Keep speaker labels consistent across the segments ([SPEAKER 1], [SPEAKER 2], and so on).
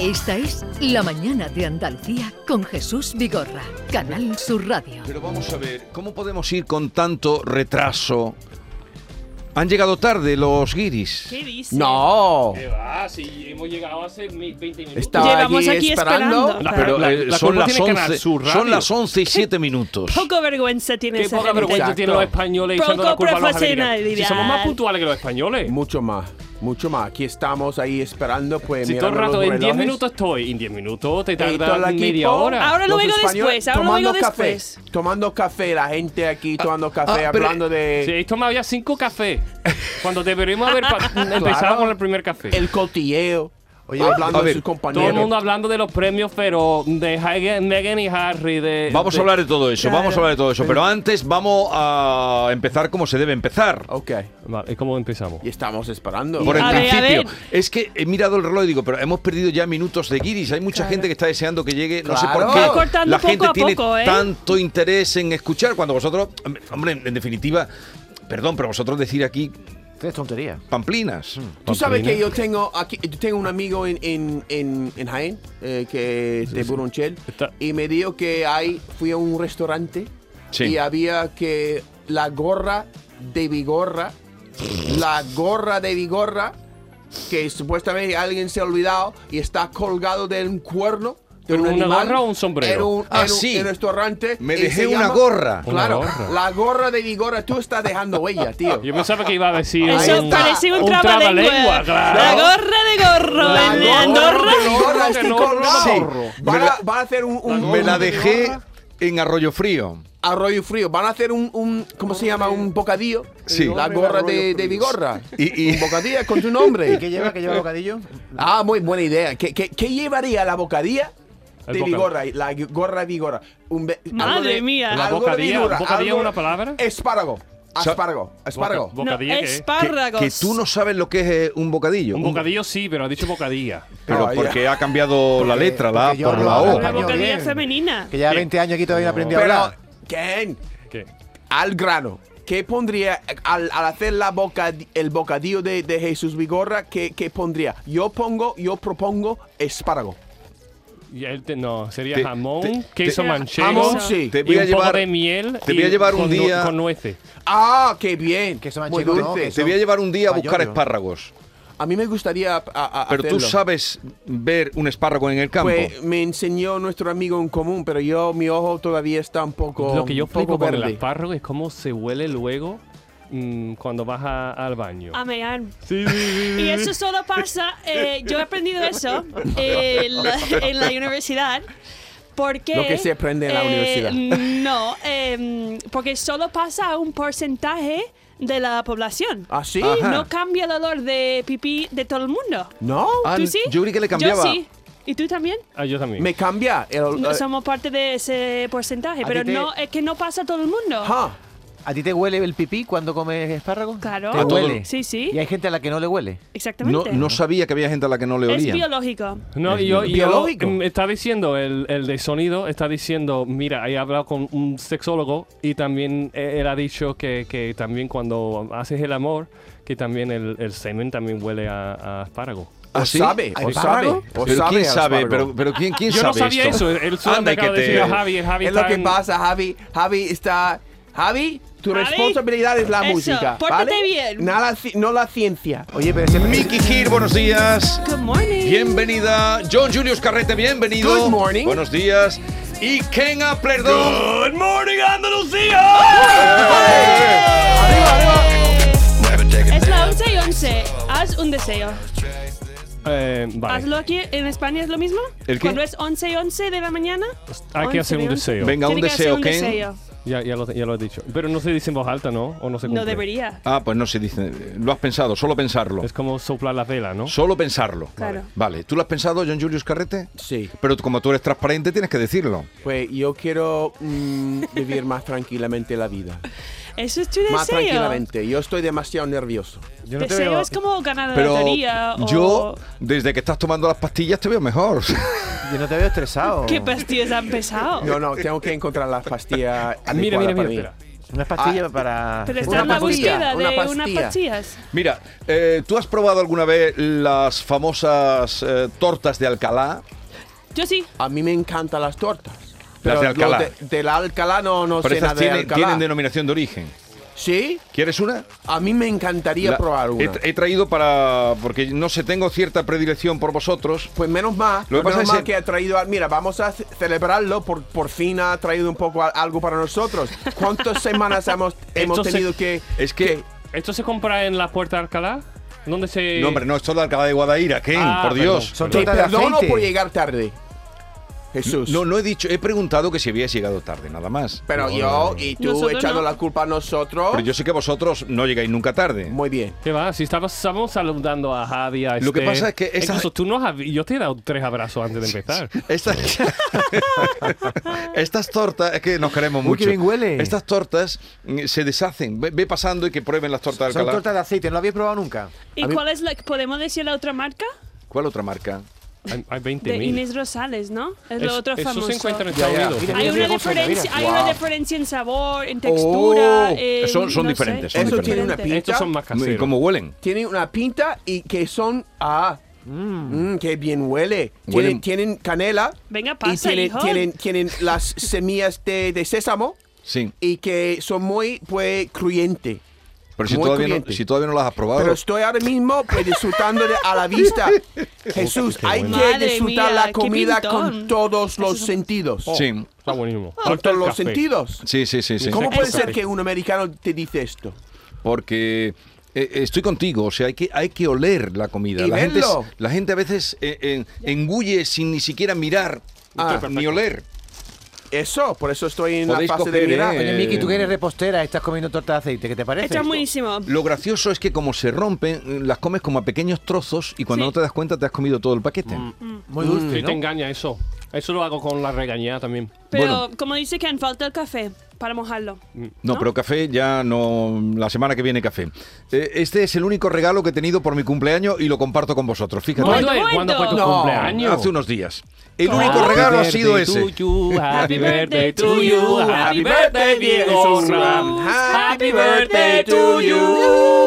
[SPEAKER 1] Esta es La Mañana de Andalucía con Jesús Vigorra, Canal Sur Radio.
[SPEAKER 2] Pero vamos a ver, ¿cómo podemos ir con tanto retraso? Han llegado tarde los guiris.
[SPEAKER 3] ¿Qué dices?
[SPEAKER 4] No.
[SPEAKER 5] ¿Qué va? Si hemos llegado hace mi- 20 minutos.
[SPEAKER 4] Estaba
[SPEAKER 3] Llevamos
[SPEAKER 4] allí
[SPEAKER 3] aquí
[SPEAKER 4] esperando.
[SPEAKER 3] esperando.
[SPEAKER 2] Pero
[SPEAKER 5] La-
[SPEAKER 2] eh,
[SPEAKER 5] la
[SPEAKER 2] son,
[SPEAKER 5] culpa
[SPEAKER 2] las
[SPEAKER 5] tiene Canal
[SPEAKER 2] 11,
[SPEAKER 5] Sur Radio.
[SPEAKER 2] son las 11 y 7 minutos.
[SPEAKER 3] Poco vergüenza tiene
[SPEAKER 5] Qué
[SPEAKER 3] esa
[SPEAKER 5] poca
[SPEAKER 3] gente.
[SPEAKER 5] vergüenza tienen los españoles echando la
[SPEAKER 3] Poco
[SPEAKER 5] culpa a los americanos.
[SPEAKER 3] profesionalidad.
[SPEAKER 5] Si somos más puntuales que los españoles.
[SPEAKER 4] Mucho más, mucho más. Aquí estamos ahí esperando, pues.
[SPEAKER 5] Si todo el
[SPEAKER 4] mirando
[SPEAKER 5] rato,
[SPEAKER 4] los
[SPEAKER 5] en 10
[SPEAKER 4] relojes.
[SPEAKER 5] minutos estoy. En 10 minutos te
[SPEAKER 4] Y todo el
[SPEAKER 5] tarda
[SPEAKER 4] equipo,
[SPEAKER 5] media hora.
[SPEAKER 3] Ahora lo
[SPEAKER 4] los
[SPEAKER 3] veo
[SPEAKER 4] españoles
[SPEAKER 3] después, ahora lo
[SPEAKER 4] tomando
[SPEAKER 3] veo
[SPEAKER 4] café,
[SPEAKER 3] después.
[SPEAKER 4] Tomando café, la gente aquí tomando café,
[SPEAKER 2] ah, pero-
[SPEAKER 4] hablando de.
[SPEAKER 5] Si esto me había 5 cafés. Cuando deberíamos haber pa- empezado con el primer café.
[SPEAKER 4] El cotilleo. Oye,
[SPEAKER 2] Ah,
[SPEAKER 4] hablando
[SPEAKER 2] a
[SPEAKER 4] de
[SPEAKER 2] ver,
[SPEAKER 4] sus
[SPEAKER 5] todo
[SPEAKER 4] compañeros.
[SPEAKER 5] el mundo hablando de los premios, pero de Megan y Harry. De,
[SPEAKER 2] Vamos a
[SPEAKER 5] de-
[SPEAKER 2] hablar de todo eso, vamos a
[SPEAKER 3] Claro.
[SPEAKER 2] hablar de todo eso. Pero antes vamos a empezar como se debe empezar.
[SPEAKER 4] Ok.
[SPEAKER 5] Vale, ¿y ¿Cómo empezamos?
[SPEAKER 4] Y estamos esperando.
[SPEAKER 2] Por el
[SPEAKER 3] A ver, a
[SPEAKER 2] principio.
[SPEAKER 3] ver.
[SPEAKER 2] Es que he mirado el reloj y digo, pero hemos perdido ya minutos de guiris. Hay mucha gente que está deseando que llegue, no sé
[SPEAKER 4] Claro.
[SPEAKER 2] por qué.
[SPEAKER 4] Va
[SPEAKER 3] cortando
[SPEAKER 2] La
[SPEAKER 3] poco
[SPEAKER 2] gente
[SPEAKER 3] a
[SPEAKER 2] tiene
[SPEAKER 3] poco, ¿eh?
[SPEAKER 2] tanto interés en escuchar cuando vosotros, hombre, en definitiva, perdón, pero vosotros decir aquí
[SPEAKER 6] Es tontería.
[SPEAKER 2] pamplinas.
[SPEAKER 4] Tú sabes
[SPEAKER 2] Pamplinas.
[SPEAKER 4] que yo tengo aquí, yo tengo un amigo en, en, en, en Jaén, eh, que es de Burunchel,
[SPEAKER 5] Está-
[SPEAKER 4] y me dijo que hay, fui a un restaurante
[SPEAKER 2] Sí.
[SPEAKER 4] y había que la gorra de Vigorra, la gorra de Vigorra, que supuestamente alguien se ha olvidado y está colgado de un cuerno. De
[SPEAKER 5] ¿Pero
[SPEAKER 4] un
[SPEAKER 5] una
[SPEAKER 4] animal,
[SPEAKER 5] gorra o un sombrero?
[SPEAKER 4] En un,
[SPEAKER 2] Ah,
[SPEAKER 4] en un-
[SPEAKER 2] sí.
[SPEAKER 4] en un restaurante.
[SPEAKER 2] Me
[SPEAKER 4] y
[SPEAKER 2] dejé
[SPEAKER 4] se
[SPEAKER 2] una
[SPEAKER 4] llama-
[SPEAKER 2] gorra.
[SPEAKER 5] Una
[SPEAKER 4] Claro,
[SPEAKER 5] gorra.
[SPEAKER 4] la gorra de Vigorra, tú estás dejando huella, tío.
[SPEAKER 5] Yo pensaba que iba a decir.
[SPEAKER 3] Eso
[SPEAKER 5] un-
[SPEAKER 3] parecía un,
[SPEAKER 5] un
[SPEAKER 3] trabalengua. La
[SPEAKER 5] claro.
[SPEAKER 3] gorra de gorro
[SPEAKER 4] La
[SPEAKER 3] en
[SPEAKER 4] gorra
[SPEAKER 3] Andorra.
[SPEAKER 4] de gorra,
[SPEAKER 5] Creo que
[SPEAKER 4] este
[SPEAKER 5] no,
[SPEAKER 4] colgado.
[SPEAKER 2] sí.
[SPEAKER 4] Van,
[SPEAKER 2] Me
[SPEAKER 4] a,
[SPEAKER 2] la-
[SPEAKER 4] van a hacer un, un-
[SPEAKER 2] Me la dejé en Arroyo Frío.
[SPEAKER 4] arroyo frío. Van a hacer un, un- ¿cómo se llama? Un bocadillo.
[SPEAKER 2] Sí.
[SPEAKER 4] La gorra de, de Vigorra.
[SPEAKER 2] Y- y-
[SPEAKER 4] Un bocadillo con tu nombre.
[SPEAKER 6] ¿Y qué lleva? ¿Qué lleva bocadillo?
[SPEAKER 4] Ah, muy buena idea. ¿Qué, qué- qué llevaría la bocadilla
[SPEAKER 5] El
[SPEAKER 4] de
[SPEAKER 5] boca-
[SPEAKER 4] Vigorra? La gorra de Vigorra. Un be- algo
[SPEAKER 3] Madre
[SPEAKER 4] de-
[SPEAKER 3] mía.
[SPEAKER 5] La
[SPEAKER 4] algo de
[SPEAKER 5] bocadilla-
[SPEAKER 4] Vigorra,
[SPEAKER 5] ¿bocadilla
[SPEAKER 4] algo-
[SPEAKER 5] una palabra?
[SPEAKER 4] Espárago.
[SPEAKER 2] Sa-
[SPEAKER 4] Espárago. Espárago.
[SPEAKER 5] Boca- bocadillo,
[SPEAKER 3] No,
[SPEAKER 5] ¿qué?
[SPEAKER 2] Que,
[SPEAKER 3] espárragos.
[SPEAKER 2] que tú no sabes lo que es eh, un bocadillo.
[SPEAKER 5] Un bocadillo sí, pero ha dicho bocadilla.
[SPEAKER 2] Pero
[SPEAKER 4] Ah, ya.
[SPEAKER 2] porque ha cambiado la letra, la A
[SPEAKER 6] porque yo
[SPEAKER 2] por la
[SPEAKER 6] hablaba
[SPEAKER 2] O.
[SPEAKER 3] La
[SPEAKER 6] español,
[SPEAKER 3] bocadilla
[SPEAKER 6] bien.
[SPEAKER 3] femenina.
[SPEAKER 6] Que lleva
[SPEAKER 5] Bien.
[SPEAKER 6] 20 años aquí todavía no aprendió a
[SPEAKER 4] Pero,
[SPEAKER 6] hablar.
[SPEAKER 4] Ken,
[SPEAKER 5] ¿Qué?
[SPEAKER 4] al grano. ¿Qué pondría al, al hacer la boca, el bocadillo de, de Jesús Vigorra? ¿qué, qué pondría? Yo pongo, yo propongo espárago.
[SPEAKER 5] Y él te- no, sería
[SPEAKER 2] Te-
[SPEAKER 5] jamón,
[SPEAKER 2] te-
[SPEAKER 5] queso
[SPEAKER 2] te-
[SPEAKER 5] manchego.
[SPEAKER 4] Jamón, Ah, sí.
[SPEAKER 2] Te
[SPEAKER 5] y
[SPEAKER 2] voy a
[SPEAKER 5] un
[SPEAKER 2] llevar-
[SPEAKER 5] poco de miel.
[SPEAKER 2] te
[SPEAKER 5] y
[SPEAKER 2] voy a llevar un
[SPEAKER 5] con nu-
[SPEAKER 2] día-
[SPEAKER 5] Con nueces.
[SPEAKER 4] Ah, qué bien.
[SPEAKER 6] Queso
[SPEAKER 4] Muy
[SPEAKER 6] manchego, ¿no?
[SPEAKER 4] dulce.
[SPEAKER 6] Queso.
[SPEAKER 2] Te voy a llevar un día a buscar
[SPEAKER 6] Payollo.
[SPEAKER 2] espárragos.
[SPEAKER 4] A mí me gustaría a- a-
[SPEAKER 2] Pero tú
[SPEAKER 4] hacerlo.
[SPEAKER 2] sabes ver un espárrago en el campo.
[SPEAKER 4] Pues me enseñó nuestro amigo en común, pero yo, mi ojo todavía está un poco.
[SPEAKER 5] Lo que yo
[SPEAKER 4] un poco
[SPEAKER 5] flipo con el
[SPEAKER 4] verde.
[SPEAKER 5] espárrago es cómo se huele luego mm, cuando vas a- al baño.
[SPEAKER 3] A mear.
[SPEAKER 5] Sí, sí, sí.
[SPEAKER 3] Y eso solo pasa, eh, yo he aprendido eso eh, en la, en la universidad. Porque,
[SPEAKER 4] Lo que se aprende en la
[SPEAKER 3] eh,
[SPEAKER 4] universidad.
[SPEAKER 3] No, em, porque solo pasa a un porcentaje de la población.
[SPEAKER 4] ¿Ah, sí?
[SPEAKER 2] Ajá.
[SPEAKER 3] No cambia el olor de pipí de todo el mundo.
[SPEAKER 4] ¿No?
[SPEAKER 2] Ah,
[SPEAKER 3] ¿Tú sí?
[SPEAKER 2] yo creí que le cambiaba.
[SPEAKER 3] Yo sí. ¿Y tú también?
[SPEAKER 5] Ah, yo también.
[SPEAKER 4] Me cambia. El, eh,
[SPEAKER 3] No, somos parte de ese porcentaje,
[SPEAKER 6] a
[SPEAKER 3] pero
[SPEAKER 6] ti te-
[SPEAKER 3] no es que no pasa a todo el mundo.
[SPEAKER 4] Ajá.
[SPEAKER 6] ¿A ti te huele el pipí cuando comes espárragos?
[SPEAKER 3] Claro.
[SPEAKER 6] ¿Te
[SPEAKER 3] A
[SPEAKER 2] todo-
[SPEAKER 6] huele?
[SPEAKER 3] Sí, sí.
[SPEAKER 6] Y hay gente a la que no le huele.
[SPEAKER 2] No,
[SPEAKER 3] Exactamente.
[SPEAKER 2] no sabía que había gente a la que no le
[SPEAKER 3] es
[SPEAKER 2] olía.
[SPEAKER 3] biológico.
[SPEAKER 5] No, y yo, y yo-
[SPEAKER 4] Biológico.
[SPEAKER 5] mm, está diciendo el, el de sonido, está diciendo, mira, he hablado con un sexólogo y también eh, él ha dicho que, que también cuando haces el amor, que también el, el semen también huele a, a espárrago.
[SPEAKER 2] ¿Ah,
[SPEAKER 4] ¿O
[SPEAKER 2] sí?
[SPEAKER 4] sabe?
[SPEAKER 6] ¿Hay
[SPEAKER 4] ¿O
[SPEAKER 6] espárrago?
[SPEAKER 4] sabe? ¿O
[SPEAKER 2] Pero
[SPEAKER 4] sabe
[SPEAKER 2] quién
[SPEAKER 4] al
[SPEAKER 2] sabe,
[SPEAKER 4] espárrago?
[SPEAKER 2] pero, pero quién, quién
[SPEAKER 5] Yo no
[SPEAKER 2] sabe
[SPEAKER 5] sabía
[SPEAKER 2] esto?
[SPEAKER 5] eso, él solo
[SPEAKER 2] Anda
[SPEAKER 5] me acaba
[SPEAKER 2] que
[SPEAKER 5] de decir
[SPEAKER 2] te-
[SPEAKER 5] a Javi, el Javi
[SPEAKER 4] es lo
[SPEAKER 5] está
[SPEAKER 4] que
[SPEAKER 5] en-
[SPEAKER 4] pasa, Javi. Javi está. Javi, tu
[SPEAKER 3] Javi,
[SPEAKER 4] responsabilidad es la
[SPEAKER 3] eso,
[SPEAKER 4] música.
[SPEAKER 3] pórtate
[SPEAKER 4] ¿vale?
[SPEAKER 3] bien.
[SPEAKER 4] Nada, ci- no la ciencia.
[SPEAKER 6] Oye, pero ese
[SPEAKER 2] Mickey Gil, buenos días.
[SPEAKER 3] Good morning.
[SPEAKER 2] Bienvenida. John Julius Carrete, bienvenido.
[SPEAKER 4] Good morning.
[SPEAKER 2] Buenos días. Y Ken Aplerdón.
[SPEAKER 5] Good morning, Andalucía.
[SPEAKER 3] Es la 11 y 11. Haz un deseo.
[SPEAKER 5] Eh, vale,
[SPEAKER 3] Hazlo aquí en España, ¿es lo mismo?
[SPEAKER 2] ¿El qué?
[SPEAKER 3] Cuando es 11 y 11 de la mañana.
[SPEAKER 5] hay
[SPEAKER 3] 11
[SPEAKER 5] que hacer
[SPEAKER 3] de
[SPEAKER 5] un
[SPEAKER 3] 11.
[SPEAKER 5] deseo.
[SPEAKER 2] Venga, un
[SPEAKER 3] tiene que hacer
[SPEAKER 2] deseo,
[SPEAKER 3] un
[SPEAKER 2] Ken.
[SPEAKER 3] deseo.
[SPEAKER 5] Ya, ya, lo, ya lo he dicho. Pero no se dice en voz alta, ¿no? O no se
[SPEAKER 3] No
[SPEAKER 5] cumple.
[SPEAKER 3] debería.
[SPEAKER 2] Ah, pues no se dice. Lo has pensado, solo pensarlo.
[SPEAKER 5] Es como soplar la vela, ¿no?
[SPEAKER 2] Solo pensarlo.
[SPEAKER 3] Claro.
[SPEAKER 2] Vale. ¿Tú lo has pensado, John Julius Carrete?
[SPEAKER 4] Sí.
[SPEAKER 2] Pero tú- como tú eres transparente, tienes que decirlo.
[SPEAKER 3] Ah,
[SPEAKER 4] Pues yo quiero mm, vivir más tranquilamente la vida.
[SPEAKER 3] Eso es tu deseo.
[SPEAKER 4] Más tranquilamente. Yo estoy demasiado nervioso.
[SPEAKER 5] Yo no te
[SPEAKER 3] deseo
[SPEAKER 5] veo-
[SPEAKER 3] es como ganar la
[SPEAKER 2] Pero
[SPEAKER 3] lotería.
[SPEAKER 2] yo,
[SPEAKER 3] O...
[SPEAKER 2] desde que estás tomando las pastillas, te veo mejor.
[SPEAKER 6] Yo no te veo estresado.
[SPEAKER 3] ¿Qué pastillas han pesado?
[SPEAKER 4] No, no, tengo que encontrar las pastillas.
[SPEAKER 5] Ah, Mira, mira,
[SPEAKER 4] adecuadas
[SPEAKER 5] mira,
[SPEAKER 4] para mí.
[SPEAKER 5] espera.
[SPEAKER 6] Una
[SPEAKER 3] Ah,
[SPEAKER 6] pastilla para.
[SPEAKER 3] Pero
[SPEAKER 4] Una
[SPEAKER 3] está en la
[SPEAKER 4] pastilla,
[SPEAKER 3] búsqueda de
[SPEAKER 4] una
[SPEAKER 3] unas
[SPEAKER 4] pastilla.
[SPEAKER 3] pastillas.
[SPEAKER 2] Mira, eh, ¿tú has probado alguna vez las famosas eh, tortas de Alcalá?
[SPEAKER 3] Yo sí.
[SPEAKER 4] A mí me encantan las tortas.
[SPEAKER 2] Las de
[SPEAKER 4] lo
[SPEAKER 2] Alcalá.
[SPEAKER 4] de- del Alcalá no, no
[SPEAKER 2] Pero
[SPEAKER 4] sé nada
[SPEAKER 2] estas
[SPEAKER 4] de
[SPEAKER 2] tienen,
[SPEAKER 4] Alcalá.
[SPEAKER 2] tienen denominación de origen.
[SPEAKER 4] ¿Sí?
[SPEAKER 2] ¿Quieres una?
[SPEAKER 4] A mí me encantaría
[SPEAKER 2] La-
[SPEAKER 4] probar una.
[SPEAKER 2] He, tra- he traído para. Porque no sé, tengo cierta predilección por vosotros.
[SPEAKER 4] Pues menos mal,
[SPEAKER 2] Lo que
[SPEAKER 4] menos
[SPEAKER 2] pasa es
[SPEAKER 4] mal
[SPEAKER 2] el-
[SPEAKER 4] que ha traído... al- Mira, vamos a ce- celebrarlo, por, por fin ha traído un poco a- algo para nosotros. ¿Cuántas semanas hemos, hemos
[SPEAKER 5] Entonces-
[SPEAKER 4] tenido que...
[SPEAKER 2] Es que.
[SPEAKER 5] ¿Esto se compra en la puerta de Alcalá? ¿Dónde se.?
[SPEAKER 2] No, hombre, no, esto es la Alcalá de Guadaira, Ken,
[SPEAKER 5] Ah,
[SPEAKER 2] por Dios.
[SPEAKER 6] Son
[SPEAKER 4] Te
[SPEAKER 6] tortas de
[SPEAKER 4] perdono
[SPEAKER 6] aceite.
[SPEAKER 4] por llegar tarde, Jesús.
[SPEAKER 2] No, no he dicho, he preguntado que si habías llegado tarde, nada más.
[SPEAKER 4] Pero
[SPEAKER 2] No, no,
[SPEAKER 4] yo
[SPEAKER 2] no.
[SPEAKER 4] y tú
[SPEAKER 3] Nosotros
[SPEAKER 4] echando
[SPEAKER 3] no.
[SPEAKER 4] la culpa a nosotros...
[SPEAKER 2] Pero yo sé que vosotros no llegáis nunca tarde.
[SPEAKER 4] Muy bien.
[SPEAKER 5] ¿Qué va? Si estábamos, estábamos saludando a Javi, a
[SPEAKER 2] Lo que
[SPEAKER 5] Esther.
[SPEAKER 2] pasa es que esa-
[SPEAKER 5] Incluso tú nos has- Yo te he dado tres abrazos antes de empezar.
[SPEAKER 2] Estas, estas tortas, es que nos queremos
[SPEAKER 6] Uy,
[SPEAKER 2] mucho.
[SPEAKER 6] qué bien huele.
[SPEAKER 2] Estas tortas mm, se deshacen. Ve, ve pasando y que prueben las tortas de
[SPEAKER 6] Son
[SPEAKER 2] Alcalá.
[SPEAKER 6] tortas de aceite, no lo habéis probado nunca.
[SPEAKER 3] ¿Y cuál es la podemos decir la otra marca?
[SPEAKER 2] ¿Cuál otra marca?
[SPEAKER 5] Hay, hay
[SPEAKER 3] De
[SPEAKER 5] 20.000.
[SPEAKER 3] Inés Rosales, ¿no? Es lo
[SPEAKER 5] Es-
[SPEAKER 3] otro
[SPEAKER 5] eso
[SPEAKER 3] famoso.
[SPEAKER 5] se encuentra en
[SPEAKER 6] Ya,
[SPEAKER 5] Estados
[SPEAKER 6] ya.
[SPEAKER 5] Unidos.
[SPEAKER 6] Mira,
[SPEAKER 3] Hay
[SPEAKER 6] mira,
[SPEAKER 3] una
[SPEAKER 6] mira, Gonzalo,
[SPEAKER 3] diferencia,
[SPEAKER 6] mira.
[SPEAKER 3] hay una
[SPEAKER 4] Wow.
[SPEAKER 3] diferencia en sabor, en textura.
[SPEAKER 4] Oh.
[SPEAKER 3] en-
[SPEAKER 2] Son- son
[SPEAKER 3] no sé.
[SPEAKER 2] diferentes, son
[SPEAKER 4] Eso tiene una
[SPEAKER 3] diferentes.
[SPEAKER 4] pinta.
[SPEAKER 5] Estos son más
[SPEAKER 2] ¿Y
[SPEAKER 5] caseros.
[SPEAKER 2] cómo huelen?
[SPEAKER 4] Tienen una pinta y que son... Ah, mm, qué bien huele.
[SPEAKER 2] Huelen-
[SPEAKER 4] Tienen, tienen canela.
[SPEAKER 3] Venga,
[SPEAKER 4] y
[SPEAKER 3] pasa,
[SPEAKER 4] tienen,
[SPEAKER 3] hijo.
[SPEAKER 4] tienen, tienen las semillas de, de sésamo
[SPEAKER 2] Sí.
[SPEAKER 4] y que son muy pues, crujiente.
[SPEAKER 2] Pero si
[SPEAKER 4] Muy
[SPEAKER 2] todavía, no,
[SPEAKER 4] crujiente.
[SPEAKER 2] si todavía no las has probado.
[SPEAKER 4] Pero estoy ahora mismo pues, disfrutando de- a la vista. Jesús, hay que
[SPEAKER 3] Madre
[SPEAKER 4] disfrutar
[SPEAKER 3] mía,
[SPEAKER 4] la
[SPEAKER 3] qué
[SPEAKER 4] comida
[SPEAKER 3] pintón.
[SPEAKER 4] con todos los
[SPEAKER 3] Eso es-
[SPEAKER 4] sentidos.
[SPEAKER 2] Sí.
[SPEAKER 5] Está buenísimo.
[SPEAKER 4] Con
[SPEAKER 5] Torta
[SPEAKER 4] todos
[SPEAKER 5] al
[SPEAKER 4] los
[SPEAKER 5] café.
[SPEAKER 4] sentidos.
[SPEAKER 2] Sí, sí, sí, sí.
[SPEAKER 4] ¿Cómo puede
[SPEAKER 3] Eso.
[SPEAKER 4] ser que un americano te dice esto?
[SPEAKER 2] Porque eh, estoy contigo, o sea, hay que, hay que oler la comida.
[SPEAKER 4] Y
[SPEAKER 2] la, gente, es-
[SPEAKER 4] verlo.
[SPEAKER 2] la gente a veces eh, eh, engulle sin ni siquiera mirar
[SPEAKER 4] Ah.
[SPEAKER 2] Esto es ni oler.
[SPEAKER 4] Eso, por eso estoy en la
[SPEAKER 2] Podéis
[SPEAKER 4] fase
[SPEAKER 2] coger,
[SPEAKER 4] de mirar.
[SPEAKER 2] eh,
[SPEAKER 6] Oye, Miki, tú que eres repostera, estás comiendo torta de aceite, ¿qué te parece?
[SPEAKER 3] Está buenísimo.
[SPEAKER 2] Lo gracioso es que como se rompen, eh, las comes como a pequeños trozos y cuando
[SPEAKER 3] Sí.
[SPEAKER 2] no te das cuenta te has comido todo el paquete.
[SPEAKER 6] Muy dulce,
[SPEAKER 5] Mm. Sí,
[SPEAKER 6] ¿no?
[SPEAKER 5] te engaña eso. Eso lo hago con la regañada también.
[SPEAKER 3] Pero
[SPEAKER 2] Bueno.
[SPEAKER 3] como dice que han falta el café para mojarlo.
[SPEAKER 2] No,
[SPEAKER 3] ¿No?
[SPEAKER 2] pero café ya no. La semana que viene café. Eh, este es el único regalo que he tenido por mi cumpleaños y lo comparto con vosotros. Fíjate.
[SPEAKER 5] ¿Cuándo, es-
[SPEAKER 3] Bueno,
[SPEAKER 5] ¿Cuándo fue tu
[SPEAKER 4] bueno.
[SPEAKER 5] cumpleaños?
[SPEAKER 2] Hace unos días. El
[SPEAKER 5] Happy
[SPEAKER 2] único regalo ha
[SPEAKER 5] birthday
[SPEAKER 2] sido
[SPEAKER 5] to
[SPEAKER 2] ese.
[SPEAKER 5] you, happy birthday to you, happy birthday,
[SPEAKER 4] dear
[SPEAKER 5] Diego
[SPEAKER 4] Jesús.
[SPEAKER 5] Ram.
[SPEAKER 4] Happy birthday to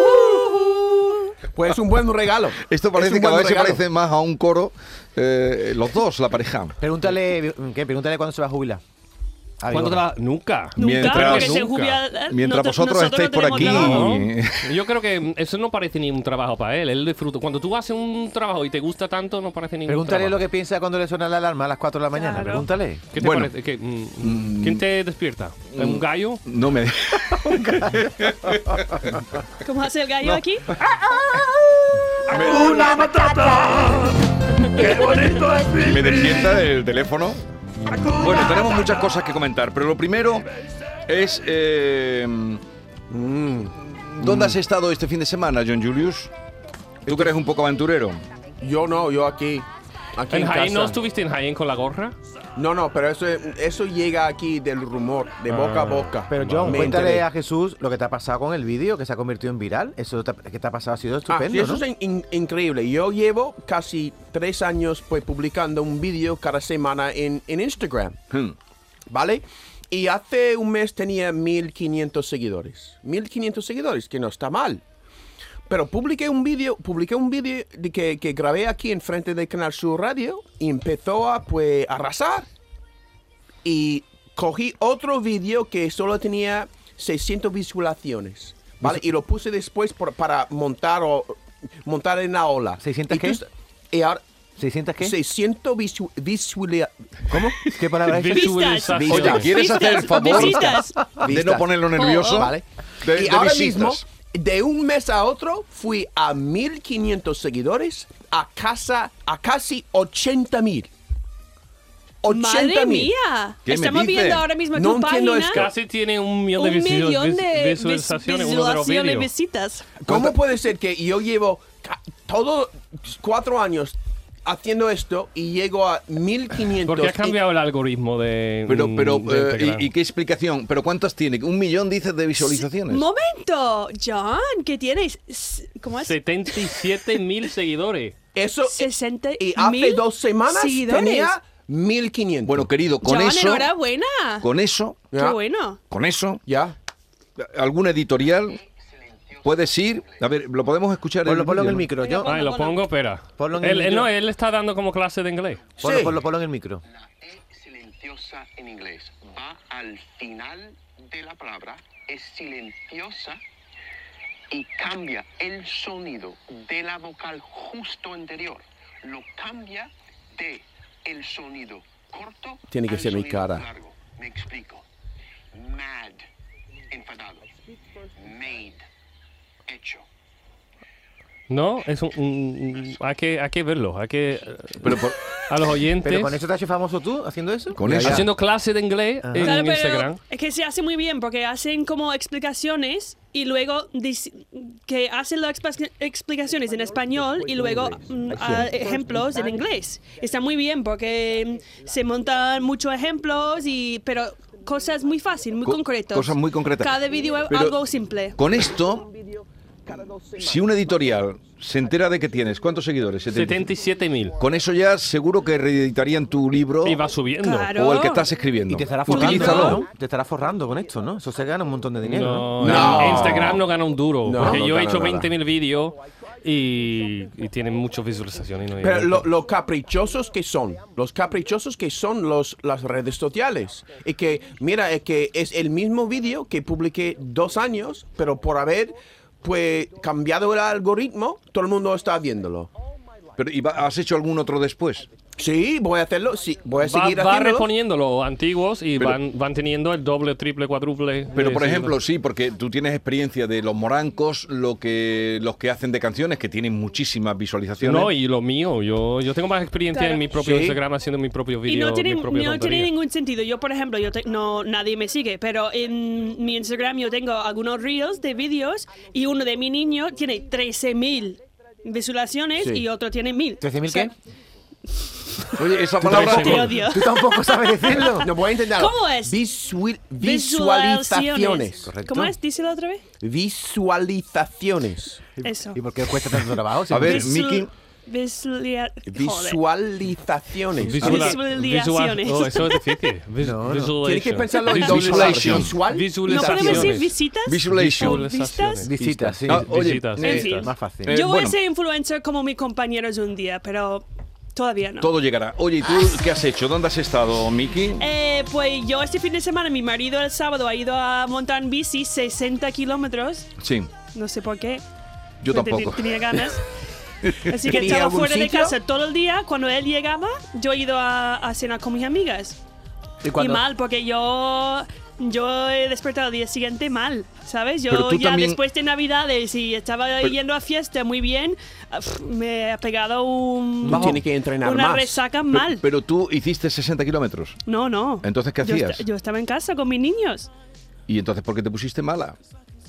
[SPEAKER 4] you. Pues un buen regalo.
[SPEAKER 2] Esto
[SPEAKER 4] Es
[SPEAKER 2] parece
[SPEAKER 4] un
[SPEAKER 2] cada
[SPEAKER 4] buen
[SPEAKER 2] vez se
[SPEAKER 4] regalo.
[SPEAKER 2] parece más a un coro. eh, los dos, la pareja.
[SPEAKER 6] Pregúntale, ¿qué? Pregúntale cuándo se va a jubilar. Ah,
[SPEAKER 5] ¿Cuándo te
[SPEAKER 6] digo,
[SPEAKER 5] va? Nunca.
[SPEAKER 3] Nunca,
[SPEAKER 2] Mientras-
[SPEAKER 3] porque se
[SPEAKER 5] Nunca.
[SPEAKER 3] jubila-
[SPEAKER 2] Mientras
[SPEAKER 3] noto-
[SPEAKER 2] vosotros
[SPEAKER 3] nosotros
[SPEAKER 2] estéis
[SPEAKER 3] no
[SPEAKER 2] por
[SPEAKER 3] tenemos
[SPEAKER 2] aquí.
[SPEAKER 3] trabajo.
[SPEAKER 2] Y-
[SPEAKER 5] Yo creo que eso no parece ni un trabajo para él. Él disfruta. Cuando tú haces un trabajo y te gusta tanto, no parece ningún
[SPEAKER 6] Pregúntale
[SPEAKER 5] trabajo.
[SPEAKER 6] lo que piensa cuando le suena la alarma a las 4 de la mañana.
[SPEAKER 3] Claro.
[SPEAKER 6] Pregúntale.
[SPEAKER 5] ¿Qué te
[SPEAKER 2] Bueno.
[SPEAKER 5] parece? ¿Qué- mm, ¿Quién te despierta? ¿Un gallo?
[SPEAKER 2] No me.
[SPEAKER 3] ¿Cómo hace el gallo aquí?
[SPEAKER 7] Una matata. Qué bonito es vivir.
[SPEAKER 2] Me despierta el teléfono. Bueno, tenemos muchas cosas que comentar, pero lo primero es. eh, ¿Dónde has estado este fin de semana, John Julius? Tú que eres un poco aventurero.
[SPEAKER 4] Yo no, yo aquí. Aquí en,
[SPEAKER 5] ¿En Jaén no
[SPEAKER 4] casa.
[SPEAKER 5] estuviste en Jaén con la gorra?
[SPEAKER 4] No, no, pero eso, eso llega aquí del rumor, de boca a boca.
[SPEAKER 6] Pero John,
[SPEAKER 4] Me
[SPEAKER 6] cuéntale
[SPEAKER 4] enteré.
[SPEAKER 6] a Jesús lo que te ha pasado con el vídeo que se ha convertido en viral. Eso te- que te ha pasado ha sido
[SPEAKER 4] Ah,
[SPEAKER 6] estupendo,
[SPEAKER 4] sí, eso
[SPEAKER 6] ¿no?
[SPEAKER 4] es in- increíble. Yo llevo casi tres años pues, publicando un vídeo cada semana en, en Instagram,
[SPEAKER 2] Hmm.
[SPEAKER 4] ¿vale? Y hace un mes tenía 1500 seguidores. 1500 seguidores, que no está mal. Pero publiqué un vídeo, publiqué un vídeo de que, que grabé aquí enfrente del Canal Sur Radio y empezó a pues arrasar. Y cogí otro vídeo que solo tenía 600 visualizaciones, ¿vale? Y lo puse después por- para montar o montar en la ola.
[SPEAKER 6] 600
[SPEAKER 4] Y tú
[SPEAKER 6] qué?
[SPEAKER 4] est- Y ahora
[SPEAKER 6] ¿600 qué?
[SPEAKER 4] 600 visu- visualia-
[SPEAKER 6] ¿Cómo? ¿Qué palabra es?
[SPEAKER 3] Vistas,
[SPEAKER 5] Visualización.
[SPEAKER 2] Oye,
[SPEAKER 4] Vistas.
[SPEAKER 2] ¿quieres hacer el
[SPEAKER 3] Visitas,
[SPEAKER 2] favor
[SPEAKER 3] visitas.
[SPEAKER 2] de no ponerlo nervioso?
[SPEAKER 4] Ah, Oh, ¿vale?
[SPEAKER 2] De-
[SPEAKER 4] y
[SPEAKER 2] de
[SPEAKER 4] ahora
[SPEAKER 2] visitas.
[SPEAKER 4] mismo, de un mes a otro, fui a 1500 seguidores, a casa, a casi 80.000. 80.000.
[SPEAKER 3] Madre mía.
[SPEAKER 2] ¿Qué me
[SPEAKER 3] Estamos
[SPEAKER 2] dice?
[SPEAKER 3] viendo ahora mismo
[SPEAKER 4] No
[SPEAKER 3] tu
[SPEAKER 4] entiendo
[SPEAKER 3] página.
[SPEAKER 4] esto.
[SPEAKER 5] Casi tiene un millón de
[SPEAKER 3] Un
[SPEAKER 5] visu-
[SPEAKER 3] millón
[SPEAKER 5] vis-
[SPEAKER 3] de
[SPEAKER 5] visualizaciones uno de los
[SPEAKER 3] visualizaciones,
[SPEAKER 5] vídeos.
[SPEAKER 3] visitas.
[SPEAKER 4] ¿Cómo puede ser que yo llevo ca- todo cuatro años haciendo esto y llego a 1500?
[SPEAKER 5] Porque ha
[SPEAKER 4] Y-
[SPEAKER 5] cambiado el algoritmo de.
[SPEAKER 4] Mm,
[SPEAKER 2] Pero, pero,
[SPEAKER 5] de
[SPEAKER 2] eh,
[SPEAKER 5] Instagram.
[SPEAKER 2] y, y qué explicación? ¿Pero cuántas tiene? ¿Un millón, dices, de visualizaciones?
[SPEAKER 3] Momento, John, ¿qué tienes? S- ¿Cómo es?
[SPEAKER 5] 77 mil seguidores.
[SPEAKER 4] Eso,
[SPEAKER 3] 60
[SPEAKER 4] y hace
[SPEAKER 3] mil
[SPEAKER 4] dos semanas
[SPEAKER 3] seguidores.
[SPEAKER 4] tenía 1500.
[SPEAKER 2] Bueno, querido, con
[SPEAKER 3] John,
[SPEAKER 2] eso,
[SPEAKER 3] enhorabuena.
[SPEAKER 2] con eso,
[SPEAKER 4] Ya.
[SPEAKER 3] Qué bueno.
[SPEAKER 2] con eso,
[SPEAKER 4] ya.
[SPEAKER 2] alguna editorial Puedes ir. A ver, lo podemos escuchar
[SPEAKER 6] Ponlo, ponlo en el
[SPEAKER 2] vídeo,
[SPEAKER 6] micro, yo.
[SPEAKER 3] Ponlo,
[SPEAKER 5] Ay, lo
[SPEAKER 3] ponlo.
[SPEAKER 5] pongo, espera.
[SPEAKER 6] Ponlo en el
[SPEAKER 5] Él, él no,
[SPEAKER 6] vídeo.
[SPEAKER 5] él está dando como clase de inglés.
[SPEAKER 6] Ponlo,
[SPEAKER 4] Sí.
[SPEAKER 6] ponlo, ponlo en el micro.
[SPEAKER 8] La E silenciosa en inglés va al final de la palabra, es silenciosa y cambia el sonido de la vocal justo anterior. Lo cambia de el sonido corto.
[SPEAKER 4] Tiene que
[SPEAKER 8] al
[SPEAKER 4] ser mi
[SPEAKER 8] sonido
[SPEAKER 4] cara.
[SPEAKER 8] Largo. Me explico. Mad, enfadado. Made, hecho.
[SPEAKER 5] No, es un, un- un- hay, que, hay que verlo, hay que eh,
[SPEAKER 2] ¿no? Pero por-
[SPEAKER 5] a los
[SPEAKER 6] Pero
[SPEAKER 5] oyentes
[SPEAKER 6] con eso te has hecho famoso tú haciendo eso.
[SPEAKER 2] Con
[SPEAKER 6] Ya,
[SPEAKER 2] eso.
[SPEAKER 6] ya.
[SPEAKER 5] haciendo clase de inglés en
[SPEAKER 3] Claro, pero
[SPEAKER 5] Instagram.
[SPEAKER 3] es que se hace muy bien porque hacen como explicaciones y luego dic- que hacen las expa- explicaciones en español y luego mm, ah, ejemplos en inglés. Está muy bien porque mm, se montan muchos ejemplos y pero cosas muy fáciles, muy
[SPEAKER 2] Co-
[SPEAKER 3] concretas.
[SPEAKER 2] cosas muy concretas.
[SPEAKER 3] Cada vídeo es
[SPEAKER 2] Pero-
[SPEAKER 3] algo simple.
[SPEAKER 2] Con esto, si un editorial se entera de que tienes, ¿cuántos seguidores? 75.
[SPEAKER 5] 77 mil.
[SPEAKER 2] Con eso ya seguro que reeditarían tu libro
[SPEAKER 5] Y va subiendo.
[SPEAKER 3] Claro.
[SPEAKER 2] o el que estás escribiendo.
[SPEAKER 6] Y te estará forrando.
[SPEAKER 2] Utilízalo.
[SPEAKER 6] ¿no? Te estará forrando con esto, ¿no? Eso se gana un montón de dinero.
[SPEAKER 5] No,
[SPEAKER 2] No.
[SPEAKER 5] en Instagram no gana un duro.
[SPEAKER 4] No,
[SPEAKER 5] porque
[SPEAKER 4] no
[SPEAKER 5] yo he
[SPEAKER 4] gana
[SPEAKER 5] hecho
[SPEAKER 4] nada.
[SPEAKER 5] 20 mil vídeos y, y tienen muchas visualizaciones. y no
[SPEAKER 4] Pero
[SPEAKER 5] llegan.
[SPEAKER 4] lo, lo caprichosos que son, los caprichosos que son los, las redes sociales. Y que, mira, es que es el mismo vídeo que publiqué dos años, pero por haber pues cambiado el algoritmo, todo el mundo está viéndolo.
[SPEAKER 2] Pero, ¿y va- has hecho algún otro después?
[SPEAKER 4] Sí, voy a hacerlo, sí, voy a
[SPEAKER 5] va,
[SPEAKER 4] seguir
[SPEAKER 5] va
[SPEAKER 4] haciéndolo.
[SPEAKER 5] reponiendo los antiguos y
[SPEAKER 2] Pero-
[SPEAKER 5] van, van teniendo el doble, triple, cuádruple. eh,
[SPEAKER 2] Pero
[SPEAKER 5] de
[SPEAKER 2] por ejemplo,
[SPEAKER 5] seguidores.
[SPEAKER 2] sí, porque tú tienes experiencia de los morancos, lo que los que hacen de canciones que tienen muchísimas visualizaciones.
[SPEAKER 5] No, y lo mío, yo, yo tengo más experiencia
[SPEAKER 3] Claro.
[SPEAKER 5] en mi propio
[SPEAKER 4] Sí.
[SPEAKER 5] Instagram haciendo mis propios
[SPEAKER 3] Y
[SPEAKER 5] vídeos.
[SPEAKER 3] no tiene,
[SPEAKER 5] mis propias
[SPEAKER 3] no tiene
[SPEAKER 5] tonterías.
[SPEAKER 3] ningún sentido. Yo, por ejemplo, yo te- no, nadie me sigue, pero en mi Instagram yo tengo algunos reels de vídeos y uno de mi niño tiene 13.000 visualizaciones
[SPEAKER 4] Sí.
[SPEAKER 3] y otro tiene 1.000.
[SPEAKER 6] ¿13.000
[SPEAKER 3] O sea,
[SPEAKER 6] qué?
[SPEAKER 2] Oye, esa
[SPEAKER 5] Te
[SPEAKER 2] palabra
[SPEAKER 3] Te
[SPEAKER 5] Bueno.
[SPEAKER 3] odio.
[SPEAKER 6] Tú tampoco sabes decirlo.
[SPEAKER 4] No, voy a intentarlo.
[SPEAKER 3] ¿Cómo es?
[SPEAKER 4] Visual-
[SPEAKER 3] Visualizaciones.
[SPEAKER 4] visualizaciones.
[SPEAKER 3] ¿Cómo es? Díselo otra vez.
[SPEAKER 4] Visualizaciones.
[SPEAKER 3] Eso.
[SPEAKER 6] ¿Y por qué cuesta tanto trabajo?
[SPEAKER 2] A ver,
[SPEAKER 3] Visu-
[SPEAKER 2] Miki.
[SPEAKER 3] visualia- joder.
[SPEAKER 4] Visualizaciones.
[SPEAKER 5] Visual-
[SPEAKER 3] Visualizaciones.
[SPEAKER 5] visual- oh, eso es difícil. Vis-
[SPEAKER 6] No, no.
[SPEAKER 5] visualization.
[SPEAKER 4] Tienes que pensarlo en doble
[SPEAKER 5] Visualization.
[SPEAKER 4] R.
[SPEAKER 2] Visualization.
[SPEAKER 4] Visual.
[SPEAKER 3] ¿No
[SPEAKER 5] Visualizaciones.
[SPEAKER 3] podemos decir visitas?
[SPEAKER 2] visualization.
[SPEAKER 5] Visualizaciones.
[SPEAKER 3] ¿Vistas?
[SPEAKER 6] Visitas, sí.
[SPEAKER 2] Ah, oye,
[SPEAKER 5] Visitas.
[SPEAKER 2] eh,
[SPEAKER 3] En fin.
[SPEAKER 6] Más fácil.
[SPEAKER 2] eh,
[SPEAKER 3] Yo voy
[SPEAKER 2] bueno,
[SPEAKER 3] a ser influencer como mis compañeros un día, pero todavía no.
[SPEAKER 2] todo llegará. Oye, ¿y tú qué has hecho? ¿Dónde has estado, Miki?
[SPEAKER 3] Ah, Eh, pues yo este fin de semana, mi marido el sábado ha ido a montar en bici 60 kilómetros,
[SPEAKER 2] Sí,
[SPEAKER 3] no sé por qué.
[SPEAKER 2] yo
[SPEAKER 3] no te-
[SPEAKER 2] tampoco.
[SPEAKER 3] Tenía ganas. Así que
[SPEAKER 4] ¿Tenía
[SPEAKER 3] estaba
[SPEAKER 4] algún
[SPEAKER 3] fuera de
[SPEAKER 4] sitio?
[SPEAKER 3] casa todo el día. Cuando él llegaba, yo he ido a, a cenar con mis amigas.
[SPEAKER 4] ¿Y
[SPEAKER 3] Y
[SPEAKER 4] cuando-
[SPEAKER 3] mal, porque yo, yo he despertado al día siguiente mal, ¿sabes?
[SPEAKER 2] Pero
[SPEAKER 3] Yo
[SPEAKER 2] tú
[SPEAKER 3] ya
[SPEAKER 2] también-
[SPEAKER 3] después de Navidades y estaba yendo a fiesta muy bien, ah, pf, me ha pegado un,
[SPEAKER 4] Tú tienes que entrenar
[SPEAKER 3] una
[SPEAKER 4] más.
[SPEAKER 3] resaca
[SPEAKER 2] Pero-
[SPEAKER 3] mal.
[SPEAKER 2] Pero, tú hiciste 60 kilómetros.
[SPEAKER 3] no, no.
[SPEAKER 2] Entonces, ¿qué
[SPEAKER 3] Yo
[SPEAKER 2] hacías?
[SPEAKER 3] esta- yo estaba en casa con mis niños.
[SPEAKER 2] ¿Y entonces por qué te pusiste mala?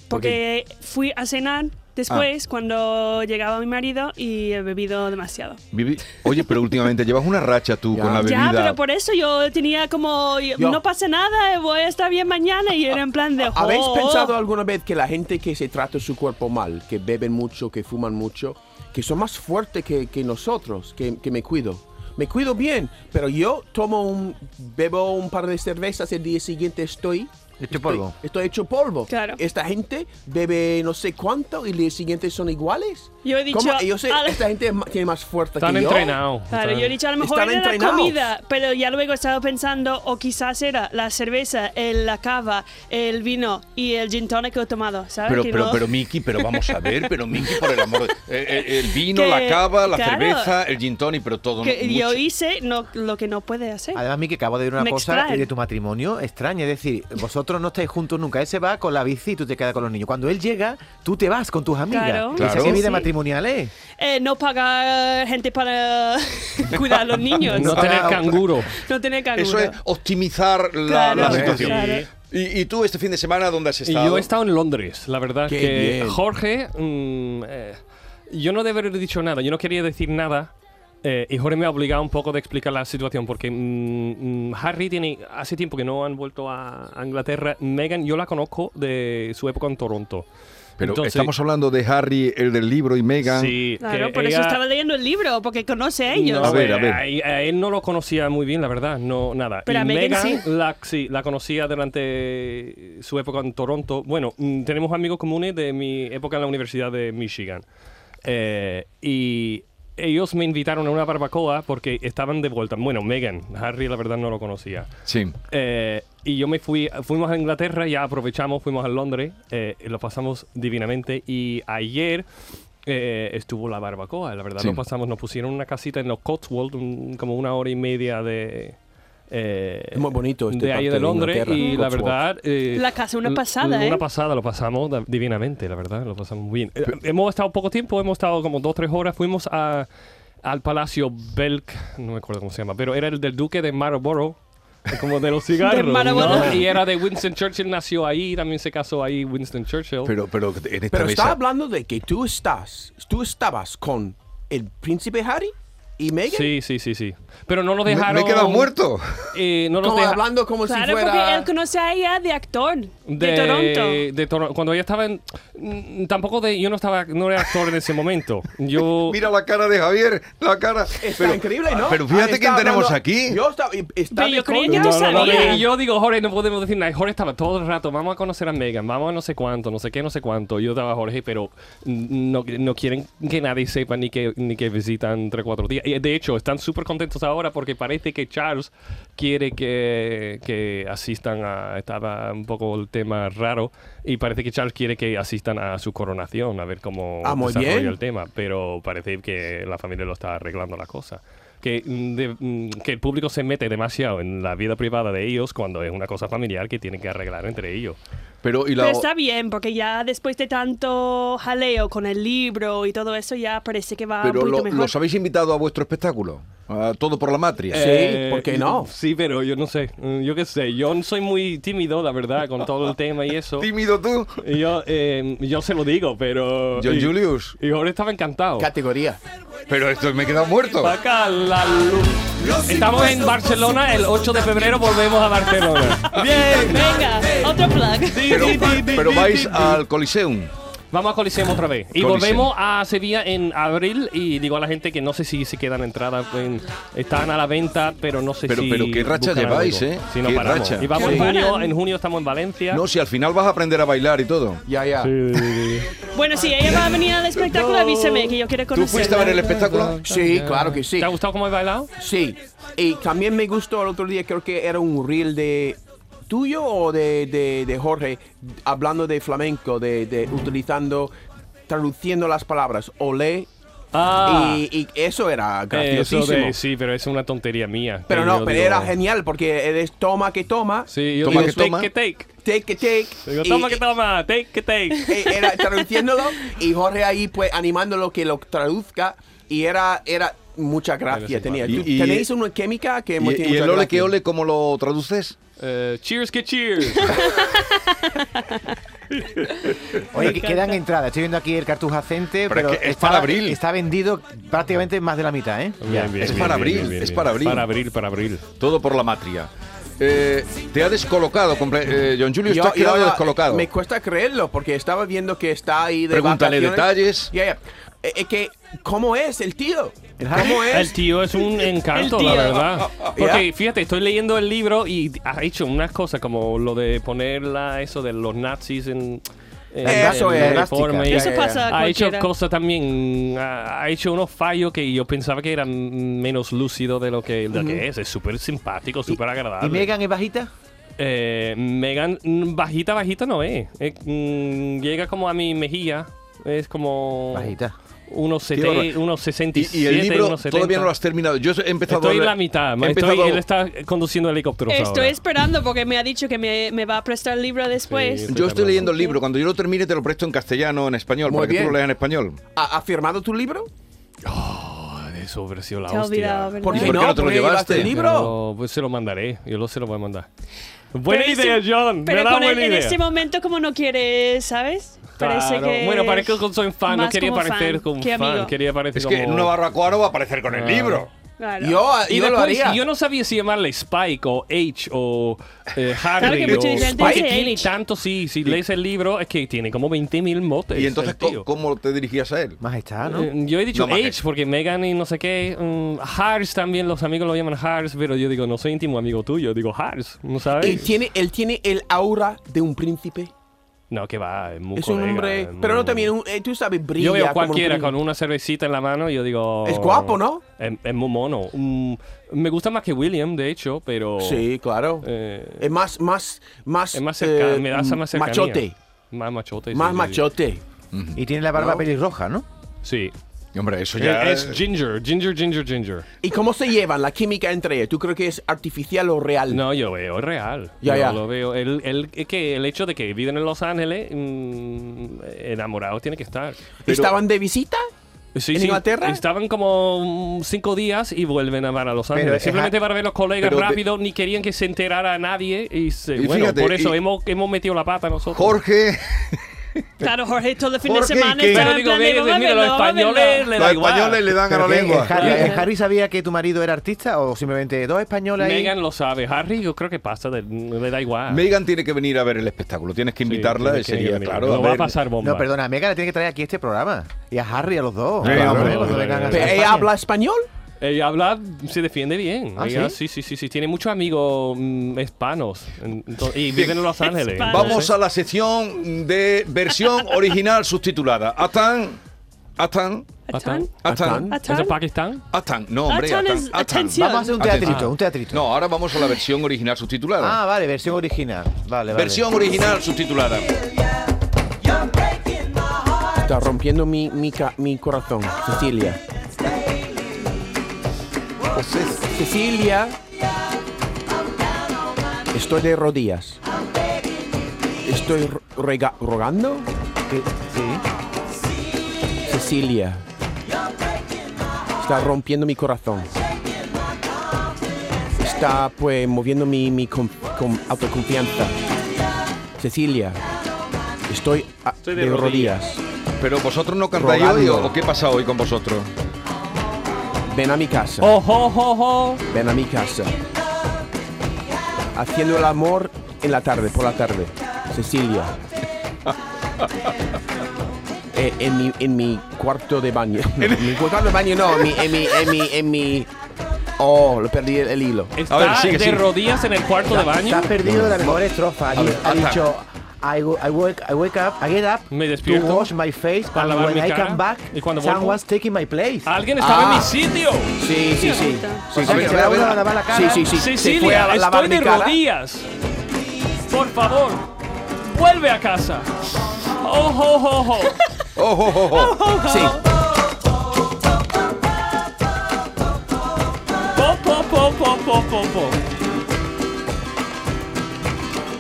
[SPEAKER 3] Porque fui a cenar
[SPEAKER 2] Ah.
[SPEAKER 3] después cuando llegaba mi marido y he bebido demasiado.
[SPEAKER 2] Vivi- Oye, pero últimamente llevas una racha tú
[SPEAKER 4] Ya.
[SPEAKER 2] con la
[SPEAKER 3] Ya,
[SPEAKER 2] bebida.
[SPEAKER 3] pero por eso yo tenía como, no pasa nada, eh, voy a estar bien mañana y era en plan de... "Oh".
[SPEAKER 4] ¿Habéis
[SPEAKER 3] "Jo".
[SPEAKER 4] pensado alguna vez que la gente que se trata su cuerpo mal, que beben mucho, que fuman mucho, que son más fuertes que, que nosotros, que, que me cuido? Me cuido bien, pero yo tomo un, bebo un par de cervezas, el día siguiente estoy...
[SPEAKER 6] Hecho polvo.
[SPEAKER 4] Estoy, estoy hecho polvo.
[SPEAKER 3] Claro.
[SPEAKER 4] Esta gente bebe no sé cuánto y el día siguiente son iguales.
[SPEAKER 3] Yo he dicho,
[SPEAKER 4] ¿Cómo? Yo sé,
[SPEAKER 3] "Ale".
[SPEAKER 4] esta gente es ma- tiene más fuerza
[SPEAKER 5] Están
[SPEAKER 4] que yo.
[SPEAKER 5] entrenados.
[SPEAKER 3] Claro, yo he dicho a lo mejor
[SPEAKER 4] Están
[SPEAKER 3] era la
[SPEAKER 4] entrenados.
[SPEAKER 3] comida, pero ya luego he estado pensando, o quizás era la cerveza, el- la cava, el vino y el gin tonic que he tomado, ¿sabes?
[SPEAKER 2] Pero,
[SPEAKER 3] Que
[SPEAKER 2] pero,
[SPEAKER 3] no-
[SPEAKER 2] pero Miki, pero vamos a ver, pero Miki, por el amor de... eh, eh, el vino, la
[SPEAKER 3] Que-
[SPEAKER 2] cava, la
[SPEAKER 3] claro.
[SPEAKER 2] cerveza, el gin tonic, pero todo.
[SPEAKER 3] que
[SPEAKER 2] mucho.
[SPEAKER 3] yo hice no, lo que no puede hacer.
[SPEAKER 6] Además, Miki, acabo de ir una
[SPEAKER 3] Me
[SPEAKER 6] cosa
[SPEAKER 3] extraen.
[SPEAKER 6] de tu matrimonio extraña. Es decir, vosotros no estáis juntos nunca. Él se va con la bici y tú te quedas con los niños. Cuando él llega, tú te vas con tus amigas.
[SPEAKER 3] Claro.
[SPEAKER 6] Esa
[SPEAKER 2] Claro.
[SPEAKER 6] ¿Qué vida
[SPEAKER 3] Sí.
[SPEAKER 6] matrimonial es?
[SPEAKER 3] Eh, no pagar gente para cuidar a los niños.
[SPEAKER 5] No tener
[SPEAKER 3] Ah,
[SPEAKER 5] canguro.
[SPEAKER 3] No tener canguro.
[SPEAKER 2] Eso es optimizar la,
[SPEAKER 3] Claro,
[SPEAKER 2] la situación.
[SPEAKER 3] claro.
[SPEAKER 2] Y, y tú este fin de semana dónde has
[SPEAKER 5] Y
[SPEAKER 2] estado?
[SPEAKER 5] yo he estado en Londres, la verdad
[SPEAKER 4] Qué
[SPEAKER 5] que
[SPEAKER 4] bien.
[SPEAKER 5] Jorge, mm, eh, yo no debería haber dicho nada, yo no quería decir nada, Eh, y Jorge me ha obligado un poco de explicar la situación porque mm, mm, Harry tiene hace tiempo que no han vuelto a, a Inglaterra. Megan, yo la conozco de su época en Toronto.
[SPEAKER 2] Pero
[SPEAKER 5] Entonces-
[SPEAKER 2] estamos hablando de Harry, el del libro, y Meghan.
[SPEAKER 5] Sí,
[SPEAKER 3] Claro,
[SPEAKER 5] que
[SPEAKER 3] por eso
[SPEAKER 5] ella-
[SPEAKER 3] estaba leyendo el libro, porque conoce a ellos.
[SPEAKER 5] No,
[SPEAKER 2] A ver, a ver.
[SPEAKER 5] A, a él no lo conocía muy bien, la verdad, no nada.
[SPEAKER 3] Pero
[SPEAKER 5] y
[SPEAKER 3] a Megan
[SPEAKER 5] Meghan
[SPEAKER 3] sí.
[SPEAKER 5] La, sí, la conocía durante su época en Toronto. Bueno, mm, tenemos amigos comunes de mi época en la Universidad de Michigan. Eh, y ellos me invitaron a una barbacoa porque estaban de vuelta. Bueno, Megan, Harry la verdad no lo conocía.
[SPEAKER 2] Sí.
[SPEAKER 5] Eh, y yo me fui, fuimos a Inglaterra, ya aprovechamos, fuimos a Londres, eh, y lo pasamos divinamente. Y ayer eh, estuvo la barbacoa, la verdad,
[SPEAKER 2] Sí.
[SPEAKER 5] lo pasamos, nos pusieron una casita en los Cotswold, un- como una hora y media de. eh,
[SPEAKER 4] Es muy bonito este
[SPEAKER 5] de ahí
[SPEAKER 4] parte
[SPEAKER 5] de
[SPEAKER 4] de
[SPEAKER 5] Londres
[SPEAKER 4] Inglaterra,
[SPEAKER 5] y la
[SPEAKER 4] Cotswold.
[SPEAKER 5] verdad eh,
[SPEAKER 3] La casa, una
[SPEAKER 5] l-
[SPEAKER 3] pasada,
[SPEAKER 5] una
[SPEAKER 3] ¿eh?
[SPEAKER 5] pasada lo pasamos da- divinamente la verdad lo pasamos muy bien Eh, hemos estado poco tiempo hemos estado como dos tres horas fuimos a, al palacio Belk no me acuerdo cómo se llama pero era el del duque de Marlborough como de los cigarros ¿no?
[SPEAKER 3] Marlborough.
[SPEAKER 5] y era de Winston Churchill nació ahí también se casó ahí Winston Churchill
[SPEAKER 2] Pero, pero en esta
[SPEAKER 4] Pero está
[SPEAKER 2] mesa.
[SPEAKER 4] hablando de que tú estás, tú estabas con el príncipe Harry y Meghan.
[SPEAKER 5] sí sí sí sí pero no lo
[SPEAKER 2] Me,
[SPEAKER 5] dejaron
[SPEAKER 2] me he quedado muerto.
[SPEAKER 5] eh, no los
[SPEAKER 4] Como
[SPEAKER 5] dejaron
[SPEAKER 4] hablando como si
[SPEAKER 3] Claro, porque
[SPEAKER 4] fuera.
[SPEAKER 3] él conoce a ella de actor de,
[SPEAKER 5] de,
[SPEAKER 3] Toronto.
[SPEAKER 5] de Toronto. Cuando ella estaba en. mm, Tampoco de. Yo no estaba. No era actor en ese momento. Yo.
[SPEAKER 2] Mira la cara de Javier, la cara.
[SPEAKER 4] Está increíble, ¿no?
[SPEAKER 2] Pero fíjate
[SPEAKER 4] Está
[SPEAKER 2] quién tenemos
[SPEAKER 4] hablando-
[SPEAKER 2] aquí.
[SPEAKER 4] Yo estaba. Está
[SPEAKER 3] Pero yo
[SPEAKER 4] de
[SPEAKER 3] creía
[SPEAKER 4] coño.
[SPEAKER 3] que no sabía.
[SPEAKER 5] y yo digo, Jorge, no podemos decir nada. Jorge estaba todo el rato, vamos a conocer a Megan, vamos a no sé cuánto, no sé qué, no sé cuánto. Yo estaba Jorge, pero no, no quieren que nadie sepa ni que, ni que visitan tres, cuatro días. Y de hecho, están súper contentos ahora porque parece que Charles quiere que, que asistan a... Estaba un poco el tema raro y parece que Charles quiere que asistan a su coronación, a ver cómo
[SPEAKER 4] Ah, muy
[SPEAKER 5] desarrolla
[SPEAKER 4] bien.
[SPEAKER 5] el tema, pero parece que la familia lo está arreglando la cosa. Que, mm, de- mm, que el público se mete demasiado en la vida privada de ellos cuando es una cosa familiar que tienen que arreglar entre ellos.
[SPEAKER 2] Pero y la.
[SPEAKER 3] Pero está bien, porque ya después de tanto jaleo con el libro y todo eso, ya parece que va
[SPEAKER 2] pero
[SPEAKER 3] un poquito
[SPEAKER 2] lo-
[SPEAKER 3] mejor.
[SPEAKER 2] los habéis invitado a vuestro espectáculo. A todo por la matria.
[SPEAKER 4] Sí,
[SPEAKER 5] Eh,
[SPEAKER 4] ¿por qué no?
[SPEAKER 5] Sí, pero yo no sé, mm, yo qué sé, yo no soy muy tímido, la verdad, con todo el tema y eso.
[SPEAKER 2] Tímido tú.
[SPEAKER 5] Y Yo, eh, yo se lo digo, pero...
[SPEAKER 2] John
[SPEAKER 5] y-
[SPEAKER 2] Julius.
[SPEAKER 5] Y ahora estaba encantado.
[SPEAKER 4] Categoría.
[SPEAKER 2] Pero esto me he quedado muerto.
[SPEAKER 5] Pa' acá, la luz. Estamos en Barcelona, el 8 de febrero volvemos a Barcelona. Bien.
[SPEAKER 3] Venga, otro plug.
[SPEAKER 5] Sí,
[SPEAKER 2] Pero,
[SPEAKER 5] sí, sí, sí,
[SPEAKER 2] pero
[SPEAKER 5] sí,
[SPEAKER 2] vais
[SPEAKER 5] sí.
[SPEAKER 2] al Coliseum.
[SPEAKER 5] Vamos a Coliseum otra vez. Y
[SPEAKER 2] Coliseum.
[SPEAKER 5] volvemos a Sevilla en abril. Y digo a la gente que no sé si se quedan entradas. en- están a la venta, pero no sé
[SPEAKER 2] Pero-
[SPEAKER 5] si.
[SPEAKER 2] pero qué racha
[SPEAKER 5] buscan
[SPEAKER 2] lleváis,
[SPEAKER 5] algo.
[SPEAKER 2] ¿eh?
[SPEAKER 5] Si no
[SPEAKER 2] Qué
[SPEAKER 5] paramos.
[SPEAKER 2] racha.
[SPEAKER 5] Y vamos en
[SPEAKER 3] Sí.
[SPEAKER 5] junio. En junio estamos en Valencia. Eh,
[SPEAKER 2] No, si al final vas a aprender a bailar y todo.
[SPEAKER 4] Ya, ya.
[SPEAKER 3] Bueno, si ella va a venir al espectáculo, avísame que yo quiero
[SPEAKER 2] ¿Tú
[SPEAKER 3] conocerla.
[SPEAKER 2] fuiste a ver el espectáculo?
[SPEAKER 4] Sí, claro que sí.
[SPEAKER 5] ¿Te ha gustado cómo he bailado?
[SPEAKER 4] Sí. Y también me gustó el otro día, creo que era un reel de tuyo o de, de- de Jorge, hablando de flamenco, de, de utilizando, traduciendo las palabras olé.
[SPEAKER 5] Ah.
[SPEAKER 4] Y, y eso era
[SPEAKER 5] Eh, eso
[SPEAKER 4] graciosísimo.
[SPEAKER 5] de- sí, pero es una tontería mía.
[SPEAKER 4] Pero
[SPEAKER 5] Que
[SPEAKER 4] no,
[SPEAKER 5] yo
[SPEAKER 4] pero
[SPEAKER 5] digo-
[SPEAKER 4] era genial porque eres toma que toma.
[SPEAKER 5] Sí, yo
[SPEAKER 2] Toma
[SPEAKER 5] digo,
[SPEAKER 2] que toma.
[SPEAKER 5] Take que take.
[SPEAKER 4] Take que take.
[SPEAKER 5] Digo,
[SPEAKER 4] y-
[SPEAKER 5] toma que
[SPEAKER 4] y-
[SPEAKER 5] toma. Take que take.
[SPEAKER 4] eh, era traduciéndolo y Jorge ahí pues animándolo que lo traduzca y era era mucha gracia
[SPEAKER 5] sí,
[SPEAKER 4] tenía.
[SPEAKER 2] vale.
[SPEAKER 4] Tú-
[SPEAKER 2] Y- y-
[SPEAKER 4] tenéis una química que
[SPEAKER 2] ¿Y,
[SPEAKER 4] tiene
[SPEAKER 2] y
[SPEAKER 4] mucha
[SPEAKER 2] el ole que
[SPEAKER 4] gracia.
[SPEAKER 2] ole cómo lo traduces?
[SPEAKER 5] Eh, cheers que cheers.
[SPEAKER 6] Oye, que quedan entradas. Estoy viendo aquí el Cartuja Center,
[SPEAKER 2] Pero es
[SPEAKER 6] pero,
[SPEAKER 2] que es
[SPEAKER 6] está,
[SPEAKER 2] para abril.
[SPEAKER 6] está vendido prácticamente más de la mitad, ¿eh?
[SPEAKER 5] Bien, bien,
[SPEAKER 2] es
[SPEAKER 5] bien,
[SPEAKER 2] para
[SPEAKER 5] bien,
[SPEAKER 2] abril,
[SPEAKER 5] bien, bien,
[SPEAKER 2] es
[SPEAKER 5] bien.
[SPEAKER 2] para abril.
[SPEAKER 5] Para abril, para abril.
[SPEAKER 2] Todo por la matria. Eh, te ha descolocado, comple- eh, John Julio,
[SPEAKER 4] Yo-
[SPEAKER 2] te has
[SPEAKER 4] yo
[SPEAKER 2] quedado
[SPEAKER 4] ahora-
[SPEAKER 2] descolocado.
[SPEAKER 4] Me cuesta creerlo porque estaba viendo que está ahí de
[SPEAKER 2] Pregúntale
[SPEAKER 4] vacaciones.
[SPEAKER 2] detalles.
[SPEAKER 4] Ya, ya. Eh, eh, que cómo es el tío? ¿Cómo es?
[SPEAKER 5] El tío es un encanto,
[SPEAKER 3] El
[SPEAKER 5] la
[SPEAKER 3] tío.
[SPEAKER 5] verdad. Porque
[SPEAKER 4] Ya.
[SPEAKER 5] fíjate, estoy leyendo el libro y ha hecho unas cosas como lo de poner la- eso de los nazis en. en-
[SPEAKER 4] Eso
[SPEAKER 5] en
[SPEAKER 4] es
[SPEAKER 5] el
[SPEAKER 4] elástica.
[SPEAKER 5] uniforme.
[SPEAKER 4] Ya,
[SPEAKER 3] Eso
[SPEAKER 4] ya, ya.
[SPEAKER 3] pasa a
[SPEAKER 5] Ha hecho
[SPEAKER 3] cualquiera.
[SPEAKER 5] cosas también, ha, ha hecho unos fallos que yo pensaba que eran menos lúcidos de lo que, de lo que es. Es súper simpático, súper agradable.
[SPEAKER 6] ¿Y Megan es bajita?
[SPEAKER 5] Eh, Megan, mm, bajita, bajita no es. Eh, mm, llega como a mi mejilla. Es
[SPEAKER 2] Oh.
[SPEAKER 5] como.
[SPEAKER 6] Bajita.
[SPEAKER 5] Unos,
[SPEAKER 2] Qué barbaridad.
[SPEAKER 5] 70, unos 67,
[SPEAKER 2] Y, y el libro
[SPEAKER 5] unos 70.
[SPEAKER 2] todavía no lo has terminado. Yo he empezado
[SPEAKER 5] Estoy
[SPEAKER 2] a
[SPEAKER 5] en
[SPEAKER 2] le-
[SPEAKER 5] la mitad. ma-
[SPEAKER 2] he
[SPEAKER 5] Estoy,
[SPEAKER 2] empezado-
[SPEAKER 5] él está conduciendo helicópteros
[SPEAKER 3] Estoy
[SPEAKER 5] ahora.
[SPEAKER 3] esperando porque me ha dicho que me, me va a prestar el libro después.
[SPEAKER 5] Sí.
[SPEAKER 2] yo estoy leyendo el libro. Cuando yo lo termine te lo presto en castellano, en español,
[SPEAKER 4] Muy
[SPEAKER 2] para que tú
[SPEAKER 4] bien.
[SPEAKER 2] lo leas en español.
[SPEAKER 4] ¿Ha, ha firmado tu libro?
[SPEAKER 5] Ah, Eso hubiera sido la
[SPEAKER 3] Te he
[SPEAKER 5] hostia.
[SPEAKER 3] olvidado, ¿verdad?
[SPEAKER 4] ¿Por
[SPEAKER 2] ¿Y
[SPEAKER 4] qué
[SPEAKER 2] por
[SPEAKER 4] no?
[SPEAKER 2] qué no te lo
[SPEAKER 4] ¿Por qué
[SPEAKER 2] llevaste?
[SPEAKER 4] el libro?
[SPEAKER 5] Pero, pues se lo mandaré. Yo lo se lo voy a mandar. Buena
[SPEAKER 3] Pero
[SPEAKER 5] idea,
[SPEAKER 3] ese-
[SPEAKER 5] John. Me
[SPEAKER 3] Pero
[SPEAKER 5] da
[SPEAKER 3] con el-
[SPEAKER 5] buena
[SPEAKER 3] en
[SPEAKER 5] idea.
[SPEAKER 3] este momento, como no quieres, ¿sabes? Parece que
[SPEAKER 5] bueno,
[SPEAKER 3] es
[SPEAKER 5] parezco que soy un fan, no
[SPEAKER 3] más
[SPEAKER 5] quería
[SPEAKER 3] como
[SPEAKER 5] parecer
[SPEAKER 3] fan
[SPEAKER 5] como un
[SPEAKER 3] que
[SPEAKER 5] fan,
[SPEAKER 3] amigo.
[SPEAKER 5] quería parecer
[SPEAKER 2] Es que en
[SPEAKER 5] como...
[SPEAKER 2] una barbacoa no va a aparecer con el libro.
[SPEAKER 3] Claro.
[SPEAKER 4] Oh, Yo,
[SPEAKER 5] y
[SPEAKER 4] yo lo
[SPEAKER 5] después,
[SPEAKER 4] haría.
[SPEAKER 5] yo no sabía si llamarle Spike o H o eh, Harry.
[SPEAKER 3] que mucha
[SPEAKER 5] o-
[SPEAKER 3] gente
[SPEAKER 5] Spike
[SPEAKER 3] dice
[SPEAKER 5] tiene
[SPEAKER 3] H.
[SPEAKER 5] tanto, sí, si lees el libro, es que tiene como 20.000 motes.
[SPEAKER 2] Y entonces,
[SPEAKER 5] el
[SPEAKER 2] ¿co-
[SPEAKER 5] tío.
[SPEAKER 2] ¿cómo te dirigías a él?
[SPEAKER 6] Majestad, ¿no?
[SPEAKER 5] Eh, Yo he dicho
[SPEAKER 2] No,
[SPEAKER 5] H
[SPEAKER 2] Majestad.
[SPEAKER 5] porque Megan y no sé qué. mm, Hars también, los amigos lo llaman Hars, pero yo digo, no soy íntimo amigo tuyo, digo Hars, ¿no
[SPEAKER 4] Él
[SPEAKER 5] sabes?
[SPEAKER 4] tiene, él tiene el aura de un príncipe.
[SPEAKER 5] No, que va, es muy
[SPEAKER 4] Es un
[SPEAKER 5] colega,
[SPEAKER 4] hombre.
[SPEAKER 5] es
[SPEAKER 4] Pero no
[SPEAKER 5] muy-
[SPEAKER 4] también, un- eh, tú sabes, brilla.
[SPEAKER 5] Yo veo a
[SPEAKER 4] como un
[SPEAKER 5] cualquiera
[SPEAKER 4] príncipe.
[SPEAKER 5] con una cervecita en la mano y yo digo.
[SPEAKER 4] Es guapo, ¿no?
[SPEAKER 5] Es, es muy mono. Mm, me gusta más que William, de hecho, pero.
[SPEAKER 4] Sí, claro.
[SPEAKER 5] eh,
[SPEAKER 4] es más, más, más.
[SPEAKER 5] es más cercano,
[SPEAKER 4] eh,
[SPEAKER 5] me da esa más cercanía.
[SPEAKER 4] Machote.
[SPEAKER 5] Más machote. sí,
[SPEAKER 4] Más
[SPEAKER 5] sí, sí.
[SPEAKER 4] machote.
[SPEAKER 6] Y tiene la barba
[SPEAKER 4] ¿No?
[SPEAKER 6] pelirroja, ¿no?
[SPEAKER 5] Sí.
[SPEAKER 2] Y, Hombre,
[SPEAKER 6] Pues
[SPEAKER 2] eso ya eh.
[SPEAKER 5] Es, es Ginger, Ginger, Ginger, Ginger.
[SPEAKER 4] ¿Y cómo se llevan la química entre ellos? ¿Tú crees que es artificial o real?
[SPEAKER 5] No, yo veo es real.
[SPEAKER 4] Ya,
[SPEAKER 5] yo
[SPEAKER 4] ya.
[SPEAKER 5] lo veo. El, el, es que el hecho de que viven en Los Ángeles, mm, enamorados tiene que estar.
[SPEAKER 4] ¿Estaban de visita?
[SPEAKER 5] Sí,
[SPEAKER 4] ¿En
[SPEAKER 5] sí,
[SPEAKER 4] Inglaterra?
[SPEAKER 5] Estaban como mm, cinco días y vuelven a, para Los
[SPEAKER 6] Pero
[SPEAKER 5] Ángeles.
[SPEAKER 6] es
[SPEAKER 5] Simplemente
[SPEAKER 6] a-
[SPEAKER 5] para ver los colegas
[SPEAKER 2] pero de-
[SPEAKER 5] rápido, ni querían que se enterara nadie. Y, se-
[SPEAKER 2] Y
[SPEAKER 5] bueno,
[SPEAKER 2] fíjate,
[SPEAKER 5] por eso
[SPEAKER 2] y-
[SPEAKER 5] hemos, hemos metido la pata nosotros.
[SPEAKER 2] Jorge,
[SPEAKER 3] Claro, Jorge, todo el fin
[SPEAKER 2] Jorge,
[SPEAKER 3] de semana
[SPEAKER 2] ¿qué?
[SPEAKER 5] Pero
[SPEAKER 3] estaba en
[SPEAKER 5] digo,
[SPEAKER 3] plan de,
[SPEAKER 5] ve-
[SPEAKER 3] vamos a
[SPEAKER 5] mira, los
[SPEAKER 3] verlo, vamos a verlo.
[SPEAKER 5] españoles
[SPEAKER 2] los
[SPEAKER 5] le da igual.
[SPEAKER 2] españoles le dan a
[SPEAKER 6] Pero
[SPEAKER 2] la
[SPEAKER 6] que,
[SPEAKER 2] lengua.
[SPEAKER 6] eh, Harry,
[SPEAKER 5] Ya,
[SPEAKER 6] eh,
[SPEAKER 5] ya.
[SPEAKER 6] Harry sabía que tu marido era artista o simplemente dos españoles ahí?
[SPEAKER 5] Megan lo sabe. Harry, yo creo que pasa, de- le da igual.
[SPEAKER 2] Megan tiene que venir a ver el espectáculo. Tienes que
[SPEAKER 5] Sí,
[SPEAKER 2] invitarla.
[SPEAKER 5] tiene
[SPEAKER 2] y
[SPEAKER 5] que
[SPEAKER 2] sería,
[SPEAKER 5] venir.
[SPEAKER 2] claro.
[SPEAKER 5] No
[SPEAKER 2] a
[SPEAKER 5] va a
[SPEAKER 2] ver-
[SPEAKER 5] pasar bomba.
[SPEAKER 6] No, perdona, Mega le tiene que traer aquí este programa. Y a Harry, a los dos.
[SPEAKER 2] Sí,
[SPEAKER 6] Claro,
[SPEAKER 2] hombre.
[SPEAKER 6] cuando vengan a
[SPEAKER 5] Pero
[SPEAKER 2] eh,
[SPEAKER 4] ¿Ella
[SPEAKER 6] España.
[SPEAKER 4] habla español?
[SPEAKER 5] Ella Eh, habla, se defiende bien.
[SPEAKER 6] ¿Ah,
[SPEAKER 5] Ella-
[SPEAKER 6] sí?
[SPEAKER 5] ¿sí? sí, sí, sí, Tiene muchos amigos mm, hispanos. Ento- y viven en Los Ángeles.
[SPEAKER 3] Hispanos.
[SPEAKER 2] Vamos a la sección de versión original subtitulada. Atan, Atan,
[SPEAKER 3] Atan.
[SPEAKER 2] Atan,
[SPEAKER 3] Atan.
[SPEAKER 5] ¿Eso es Pakistán?
[SPEAKER 2] Atan. No, hombre,
[SPEAKER 3] Atan
[SPEAKER 2] Atan.
[SPEAKER 3] es
[SPEAKER 2] Atan.
[SPEAKER 3] atención.
[SPEAKER 6] Vamos a hacer un
[SPEAKER 2] Atención.
[SPEAKER 6] teatrito, un teatrito.
[SPEAKER 2] No, ahora vamos a la versión original subtitulada.
[SPEAKER 6] Ah, vale, versión original. Vale, vale.
[SPEAKER 2] Versión original subtitulada.
[SPEAKER 4] Está rompiendo mi, mi, ca- mi corazón, Cecilia. Cecilia, estoy de rodillas. Estoy ro- rega- rogando.
[SPEAKER 6] Sí, sí.
[SPEAKER 4] Cecilia, está rompiendo mi corazón. Está pues moviendo mi, mi con, autoconfianza. Cecilia, estoy, a-
[SPEAKER 5] Estoy de
[SPEAKER 4] de, rodillas.
[SPEAKER 2] Pero vosotros no cantáis hoy o
[SPEAKER 4] Rogando.
[SPEAKER 2] o qué pasa hoy con vosotros?
[SPEAKER 4] Ven a mi casa.
[SPEAKER 5] ¡Ojo, ojo, ojo!
[SPEAKER 4] Ven a mi casa. Haciendo el amor en la tarde, por la tarde. Cecilia. Eh, en, mi, en mi cuarto de baño. No, en mi cuarto de baño no, en mi, en mi, en mi, en mi- Oh, lo perdí el, el hilo.
[SPEAKER 5] Está
[SPEAKER 2] ver, sigue,
[SPEAKER 5] de
[SPEAKER 2] sigue.
[SPEAKER 5] rodillas en el cuarto de
[SPEAKER 6] Te
[SPEAKER 5] baño.
[SPEAKER 6] has perdido la mejor estrofa. Ha,
[SPEAKER 2] ver,
[SPEAKER 6] ha
[SPEAKER 2] hasta.
[SPEAKER 6] dicho, I, wo- I wake, I wake up, I get up,
[SPEAKER 5] Me despierto.
[SPEAKER 6] to wash my face,
[SPEAKER 5] Para
[SPEAKER 6] and
[SPEAKER 5] lavar
[SPEAKER 6] when
[SPEAKER 5] mi
[SPEAKER 6] I
[SPEAKER 5] cara.
[SPEAKER 6] come back,
[SPEAKER 5] ¿Y cuando vuelvo?
[SPEAKER 6] someone's taking my place.
[SPEAKER 5] ¡Alguien estaba en
[SPEAKER 4] Ah.
[SPEAKER 5] mi sitio!
[SPEAKER 4] Sí, sí, sí. Sí,
[SPEAKER 6] O sea,
[SPEAKER 2] A
[SPEAKER 6] que
[SPEAKER 2] ver,
[SPEAKER 6] se
[SPEAKER 2] a
[SPEAKER 6] va
[SPEAKER 2] ver,
[SPEAKER 6] uno
[SPEAKER 2] a
[SPEAKER 6] a lavar la cara.
[SPEAKER 4] sí, sí, sí. Se fue
[SPEAKER 5] Cecilia,
[SPEAKER 4] a lavar
[SPEAKER 5] estoy
[SPEAKER 4] mi
[SPEAKER 5] de
[SPEAKER 4] cara.
[SPEAKER 5] rodillas. Por favor, vuelve a casa. ¡Ojo, ojo, ojo!
[SPEAKER 2] ¡Ojo, ojo, ojo!
[SPEAKER 4] Sí.
[SPEAKER 5] Po, po, po, po, po, po, po.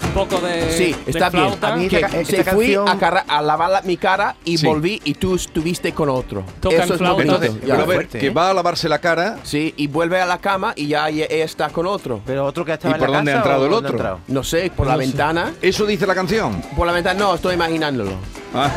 [SPEAKER 5] Un poco de.
[SPEAKER 4] Sí,
[SPEAKER 5] de
[SPEAKER 4] está bien.
[SPEAKER 5] flauta.
[SPEAKER 6] A mí-
[SPEAKER 4] Que
[SPEAKER 6] Esta ca- esta
[SPEAKER 4] se fui
[SPEAKER 6] canción-
[SPEAKER 4] a, cara- a lavar la- mi cara y
[SPEAKER 2] Sí.
[SPEAKER 4] volví y tú estuviste con otro.
[SPEAKER 5] Tocan
[SPEAKER 4] Eso es
[SPEAKER 5] flautas.
[SPEAKER 4] bonito.
[SPEAKER 2] Entonces,
[SPEAKER 4] Ya.
[SPEAKER 2] pero a ver,
[SPEAKER 6] fuerte,
[SPEAKER 2] que
[SPEAKER 6] ¿eh?
[SPEAKER 2] va a lavarse la cara.
[SPEAKER 4] Sí, y vuelve a la cama y ya ella ella está con otro.
[SPEAKER 6] Pero otro que estaba
[SPEAKER 2] ¿Y
[SPEAKER 6] en
[SPEAKER 2] por
[SPEAKER 6] la
[SPEAKER 2] dónde ha
[SPEAKER 6] casa
[SPEAKER 2] entrado
[SPEAKER 6] o
[SPEAKER 2] el
[SPEAKER 6] dónde ha
[SPEAKER 2] otro?
[SPEAKER 6] entrado?
[SPEAKER 4] No sé, por la ventana.
[SPEAKER 2] Eso dice la canción.
[SPEAKER 4] Por la ventana, no, estoy imaginándolo.
[SPEAKER 2] Ah,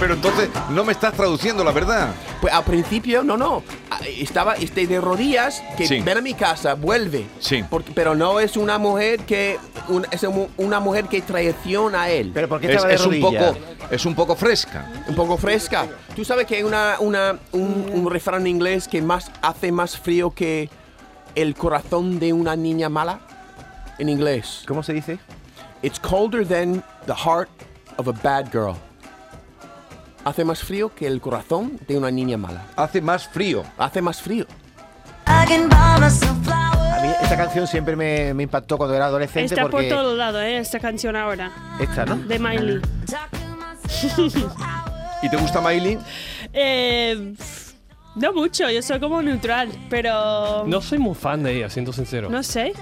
[SPEAKER 2] Pero entonces no me estás traduciendo la verdad.
[SPEAKER 4] Pues al principio, no, no. Ah, Estaba este, de rodillas, que
[SPEAKER 2] Sí.
[SPEAKER 4] ven a mi casa, vuelve.
[SPEAKER 2] Sí.
[SPEAKER 4] Porque- pero no es una mujer que. un- es un- una mujer que traiciona a él.
[SPEAKER 6] Pero ¿por qué
[SPEAKER 2] Es,
[SPEAKER 6] estaba de
[SPEAKER 2] es un
[SPEAKER 6] rodillas?
[SPEAKER 2] poco, es un poco fresca.
[SPEAKER 4] un poco fresca. Tú sabes que hay una, una- un, un refrán en inglés que más, hace más frío que el corazón de una niña mala. En inglés.
[SPEAKER 6] ¿Cómo se dice?
[SPEAKER 4] It's colder than the heart of a bad girl. Hace más frío que el corazón de una niña mala.
[SPEAKER 2] Hace más frío.
[SPEAKER 4] Hace más frío.
[SPEAKER 6] A mí esta canción siempre me, me impactó cuando era adolescente
[SPEAKER 3] Está por
[SPEAKER 6] porque
[SPEAKER 3] todos lados, ¿eh? Esta canción ahora,
[SPEAKER 6] esta, ¿no?
[SPEAKER 3] de Miley.
[SPEAKER 2] ¿Y te gusta Miley?
[SPEAKER 3] Eh, pf, no mucho, yo soy como neutral, pero.
[SPEAKER 5] No soy muy fan de ella, siento sincero.
[SPEAKER 3] no sé.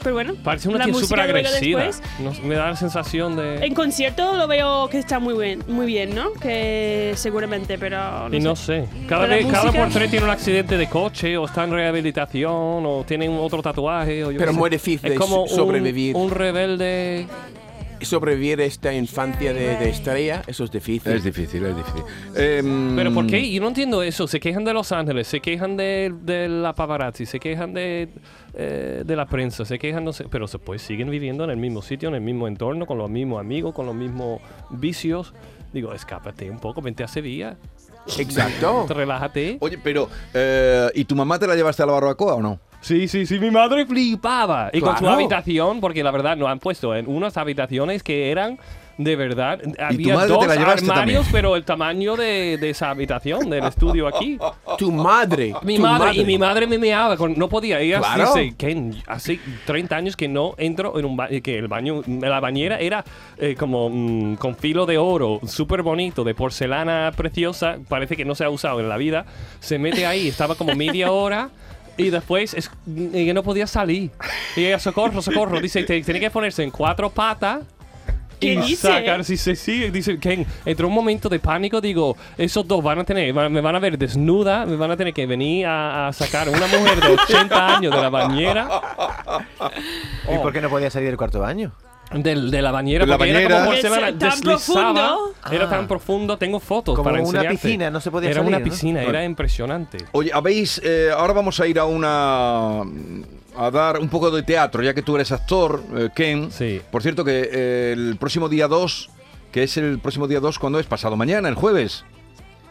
[SPEAKER 3] Pero bueno.
[SPEAKER 5] Parece una
[SPEAKER 3] la
[SPEAKER 5] tía
[SPEAKER 3] música
[SPEAKER 5] súper
[SPEAKER 3] luego
[SPEAKER 5] agresiva.
[SPEAKER 3] después. Eh,
[SPEAKER 5] No sé, me da la sensación de.
[SPEAKER 3] En concierto lo veo que está muy bien, muy bien, ¿no? Que seguramente, pero.
[SPEAKER 5] Y no sé. Cada,
[SPEAKER 3] eh, Pero la
[SPEAKER 5] vez, cada
[SPEAKER 3] música-
[SPEAKER 5] por tres tiene un accidente de coche, o está en rehabilitación, o tiene un otro tatuaje. O yo
[SPEAKER 4] Pero
[SPEAKER 5] qué sé.
[SPEAKER 4] muy difícil
[SPEAKER 5] Es como un-
[SPEAKER 4] sobrevivir.
[SPEAKER 5] Un, rebelde
[SPEAKER 4] sobrevivir esta infancia de, de estrella, eso es difícil.
[SPEAKER 2] Es difícil, es difícil. Em,
[SPEAKER 5] Pero
[SPEAKER 4] Mm.
[SPEAKER 5] ¿por qué? Yo no entiendo eso. Se quejan de Los Ángeles, se quejan de, de la paparazzi, se quejan de, eh, de la prensa, se quejan, no sé, pero se pues, siguen viviendo en el mismo sitio, en el mismo entorno, con los mismos amigos, con los mismos vicios. Digo, escápate un poco, vente a Sevilla,
[SPEAKER 4] Exacto.
[SPEAKER 5] relájate.
[SPEAKER 2] Oye, pero eh, ¿y tu mamá te la llevaste a la barbacoa o no?
[SPEAKER 5] Sí, sí, sí, mi madre flipaba. Y con su
[SPEAKER 4] Claro.
[SPEAKER 5] habitación, porque la verdad nos han puesto en unas habitaciones que eran de verdad. Había
[SPEAKER 2] madre te
[SPEAKER 5] dos
[SPEAKER 2] la llevaste
[SPEAKER 5] armarios,
[SPEAKER 2] también.
[SPEAKER 5] pero el tamaño de, de esa habitación, del estudio aquí.
[SPEAKER 4] Tu madre.
[SPEAKER 5] Mi
[SPEAKER 4] tu
[SPEAKER 5] madre, y mi madre me meaba, con- no podía. Ella
[SPEAKER 4] Claro.
[SPEAKER 5] dice que hace 30 años que no entro en un baño, que el baño, la bañera era eh, como mm, con filo de oro, súper bonito, de porcelana preciosa, parece que no se ha usado en la vida. Se mete ahí, estaba como media hora. Y después es, mm, ella no podía salir. Y ella, socorro, socorro. Dice, "Te- tiene que ponerse en cuatro patas
[SPEAKER 3] ¿Qué
[SPEAKER 5] y
[SPEAKER 3] dice? eh?
[SPEAKER 5] sacar si se sigue dice Ken entró un momento de pánico digo esos dos van a tener van- me van a ver desnuda me van a tener que venir a, a sacar una mujer de 80 años de la bañera
[SPEAKER 6] ¿Y por qué no podía salir del cuarto baño?
[SPEAKER 5] del- de la bañera
[SPEAKER 2] De la
[SPEAKER 5] porque era
[SPEAKER 2] bañera.
[SPEAKER 5] como porcelana
[SPEAKER 3] Es tan
[SPEAKER 5] deslizaba
[SPEAKER 3] profundo.
[SPEAKER 5] era tan profundo tengo fotos
[SPEAKER 6] Ah. Como
[SPEAKER 5] para
[SPEAKER 6] una
[SPEAKER 5] enseñarte
[SPEAKER 6] piscina, no se podía
[SPEAKER 5] era
[SPEAKER 6] salir,
[SPEAKER 5] una
[SPEAKER 6] ¿no?
[SPEAKER 5] piscina era impresionante
[SPEAKER 2] Oye, habéis. eh, ahora vamos a ir a una. a dar un poco de teatro, ya que tú eres actor, eh, Ken.
[SPEAKER 5] Sí.
[SPEAKER 2] Por cierto, que eh, el próximo día 2, que es el próximo día 2, cuando es? Pasado mañana, el jueves.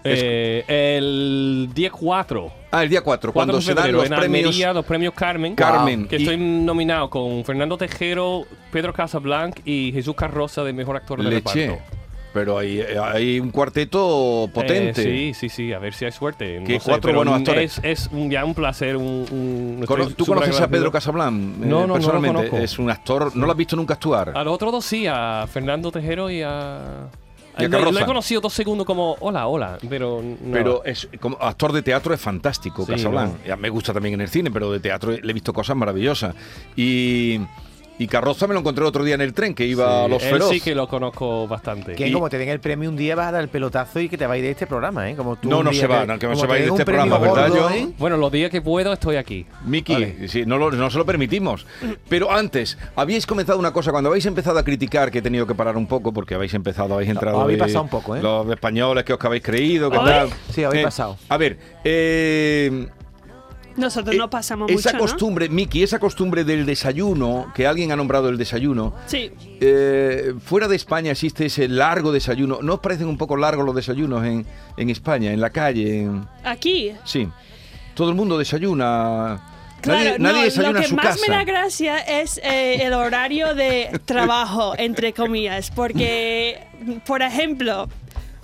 [SPEAKER 2] Es-
[SPEAKER 5] Eh, el día 4
[SPEAKER 2] Ah, el día 4,
[SPEAKER 5] 4
[SPEAKER 2] cuando
[SPEAKER 5] de
[SPEAKER 2] se dan
[SPEAKER 5] febrero
[SPEAKER 2] los
[SPEAKER 5] en
[SPEAKER 2] premios.
[SPEAKER 5] Almería los premios Carmen
[SPEAKER 2] Carmen.
[SPEAKER 5] que
[SPEAKER 2] Y-
[SPEAKER 5] estoy nominado con Fernando Tejero Pedro Casablanc y Jesús Carroza de mejor actor de
[SPEAKER 2] Leche.
[SPEAKER 5] reparto
[SPEAKER 2] Pero hay, hay un cuarteto potente.
[SPEAKER 5] Eh, sí, sí, sí, a ver si hay suerte. No
[SPEAKER 2] Que
[SPEAKER 5] sé,
[SPEAKER 2] cuatro
[SPEAKER 5] pero
[SPEAKER 2] buenos
[SPEAKER 5] un-
[SPEAKER 2] actores.
[SPEAKER 5] Es, es un- ya un placer. Un, un-
[SPEAKER 2] Cono-
[SPEAKER 5] estoy
[SPEAKER 2] ¿Tú conoces a
[SPEAKER 5] superagradecido.
[SPEAKER 2] Pedro Casablanc? eh,
[SPEAKER 5] No, no, no lo
[SPEAKER 2] personalmente.
[SPEAKER 5] conozco.
[SPEAKER 2] Es un actor, no lo has visto nunca actuar.
[SPEAKER 5] A los otros dos sí, a Fernando Tejero
[SPEAKER 2] Y
[SPEAKER 5] y a.
[SPEAKER 2] a
[SPEAKER 5] Ay, no,
[SPEAKER 2] Carroza.
[SPEAKER 5] lo he conocido dos segundos como hola, hola, pero. no.
[SPEAKER 2] Pero es, como actor de teatro es fantástico,
[SPEAKER 5] Sí,
[SPEAKER 2] Casablanc. Ya Me gusta también en el cine, pero de teatro le he visto cosas maravillosas. Y, y Carroza me lo encontré el otro día en el tren, que iba a
[SPEAKER 5] Sí,
[SPEAKER 2] Los
[SPEAKER 5] él
[SPEAKER 2] Feroz.
[SPEAKER 5] sí que lo conozco bastante.
[SPEAKER 6] Que
[SPEAKER 5] Y-
[SPEAKER 6] como te den el premio un día vas a dar el pelotazo y que te va a ir de este programa, ¿eh? Como tú
[SPEAKER 2] No,
[SPEAKER 6] un
[SPEAKER 2] no
[SPEAKER 6] día
[SPEAKER 2] se va,
[SPEAKER 6] te-
[SPEAKER 2] no, que no
[SPEAKER 6] como
[SPEAKER 2] se va a
[SPEAKER 6] te
[SPEAKER 2] ir de
[SPEAKER 6] den
[SPEAKER 2] este
[SPEAKER 6] un premio
[SPEAKER 2] programa, ¿verdad,
[SPEAKER 6] gordo,
[SPEAKER 2] John?
[SPEAKER 6] ¿eh?
[SPEAKER 5] Bueno, los días que puedo estoy aquí.
[SPEAKER 2] Miki,
[SPEAKER 6] Vale.
[SPEAKER 2] sí, no, lo- no se lo permitimos. Pero antes, habíais comenzado una cosa, cuando habéis empezado a criticar, que he tenido que parar un poco, porque habéis empezado, habéis entrado...
[SPEAKER 6] habéis
[SPEAKER 2] de
[SPEAKER 6] pasado un poco, ¿eh?
[SPEAKER 2] Los españoles que os que habéis creído, que
[SPEAKER 3] Ay.
[SPEAKER 2] tal.
[SPEAKER 6] Sí, habéis pasado.
[SPEAKER 2] A ver, eh,
[SPEAKER 3] Nosotros
[SPEAKER 2] eh,
[SPEAKER 3] no pasamos
[SPEAKER 2] esa
[SPEAKER 3] mucho, ¿no?
[SPEAKER 2] costumbre, Miki, esa costumbre del desayuno, que alguien ha nombrado el desayuno,
[SPEAKER 3] Sí.
[SPEAKER 2] Eh, fuera de España existe ese largo desayuno. ¿No os parecen un poco largos los desayunos en, en España, en la calle? en-
[SPEAKER 3] Aquí.
[SPEAKER 2] Sí. Todo el mundo desayuna.
[SPEAKER 3] Claro,
[SPEAKER 2] nadie
[SPEAKER 3] no,
[SPEAKER 2] nadie desayuna
[SPEAKER 3] lo
[SPEAKER 2] en
[SPEAKER 3] que
[SPEAKER 2] su
[SPEAKER 3] más
[SPEAKER 2] casa.
[SPEAKER 3] me da gracia es eh, el horario de trabajo, entre comillas, porque, por ejemplo,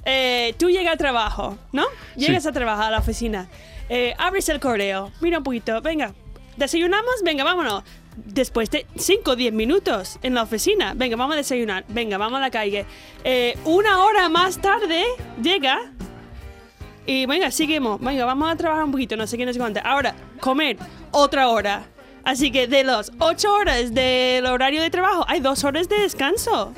[SPEAKER 3] eh, tú llegas a trabajo, ¿no? Llegas
[SPEAKER 2] Sí.
[SPEAKER 3] a trabajar a la oficina, eh, abres el correo, mira un poquito, venga, desayunamos, venga, vámonos. Después de 5 o 10 minutos en la oficina, venga, vamos a desayunar, venga, vamos a la calle. Eh, una hora más tarde llega y venga, seguimos. Venga, vamos a trabajar un poquito, no sé qué, no sé cuánto. Ahora, comer, otra hora. Así que de las ocho horas del horario de trabajo, hay dos horas de descanso.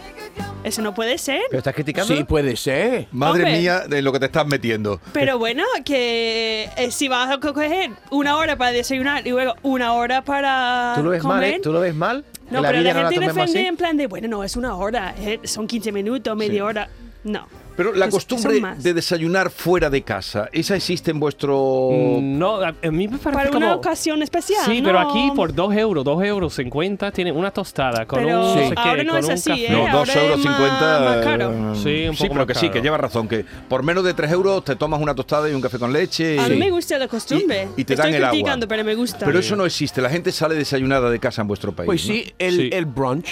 [SPEAKER 3] Eso no puede ser.
[SPEAKER 6] ¿Pero estás criticando?
[SPEAKER 4] Sí, puede ser.
[SPEAKER 2] Madre
[SPEAKER 3] Hombre.
[SPEAKER 2] mía, de lo que te estás metiendo.
[SPEAKER 3] Pero bueno, que eh, si vas a co- coger una hora para desayunar y luego una hora para
[SPEAKER 6] ¿Tú lo ves mal,
[SPEAKER 3] Ah, comer,
[SPEAKER 6] eh? ¿Tú lo ves mal?
[SPEAKER 3] No,
[SPEAKER 6] ¿Que la
[SPEAKER 3] pero
[SPEAKER 6] vida
[SPEAKER 3] la
[SPEAKER 6] no la
[SPEAKER 3] gente
[SPEAKER 6] tomemos
[SPEAKER 3] defiende
[SPEAKER 6] así?
[SPEAKER 3] en plan de, bueno, no, es una hora, eh, son 15 minutos, media hora. No.
[SPEAKER 2] Pero la
[SPEAKER 3] Pues
[SPEAKER 2] costumbre
[SPEAKER 3] son más.
[SPEAKER 2] de desayunar fuera de casa, ¿esa existe en vuestro...?
[SPEAKER 5] No, a, a mí me parece
[SPEAKER 3] Para una
[SPEAKER 5] como-
[SPEAKER 3] ocasión especial.
[SPEAKER 5] Sí, pero
[SPEAKER 3] no.
[SPEAKER 5] aquí por 2 euros, 2 euros 50 tiene una tostada con
[SPEAKER 3] Pero
[SPEAKER 5] un. no sé qué,
[SPEAKER 3] ahora no
[SPEAKER 5] con
[SPEAKER 3] es
[SPEAKER 5] un
[SPEAKER 3] así,
[SPEAKER 5] café.
[SPEAKER 3] ¿eh? No, ahora es
[SPEAKER 2] euros cincuenta,
[SPEAKER 3] más- más caro.
[SPEAKER 2] eh,
[SPEAKER 5] Sí, un poco
[SPEAKER 2] pero
[SPEAKER 5] más
[SPEAKER 2] que sí, que
[SPEAKER 5] caro.
[SPEAKER 2] lleva razón, que por menos de 3 euros te tomas una tostada y un café con leche.
[SPEAKER 3] A mí
[SPEAKER 2] eh, Sí.
[SPEAKER 3] me gusta la costumbre.
[SPEAKER 2] Y- y te
[SPEAKER 3] Estoy
[SPEAKER 2] dan el agua.
[SPEAKER 3] criticando, pero me gusta.
[SPEAKER 2] Pero eso no existe, la gente sale desayunada de casa en vuestro país.
[SPEAKER 4] Pues
[SPEAKER 2] ¿no?
[SPEAKER 4] sí, el,
[SPEAKER 5] Sí.
[SPEAKER 4] el brunch,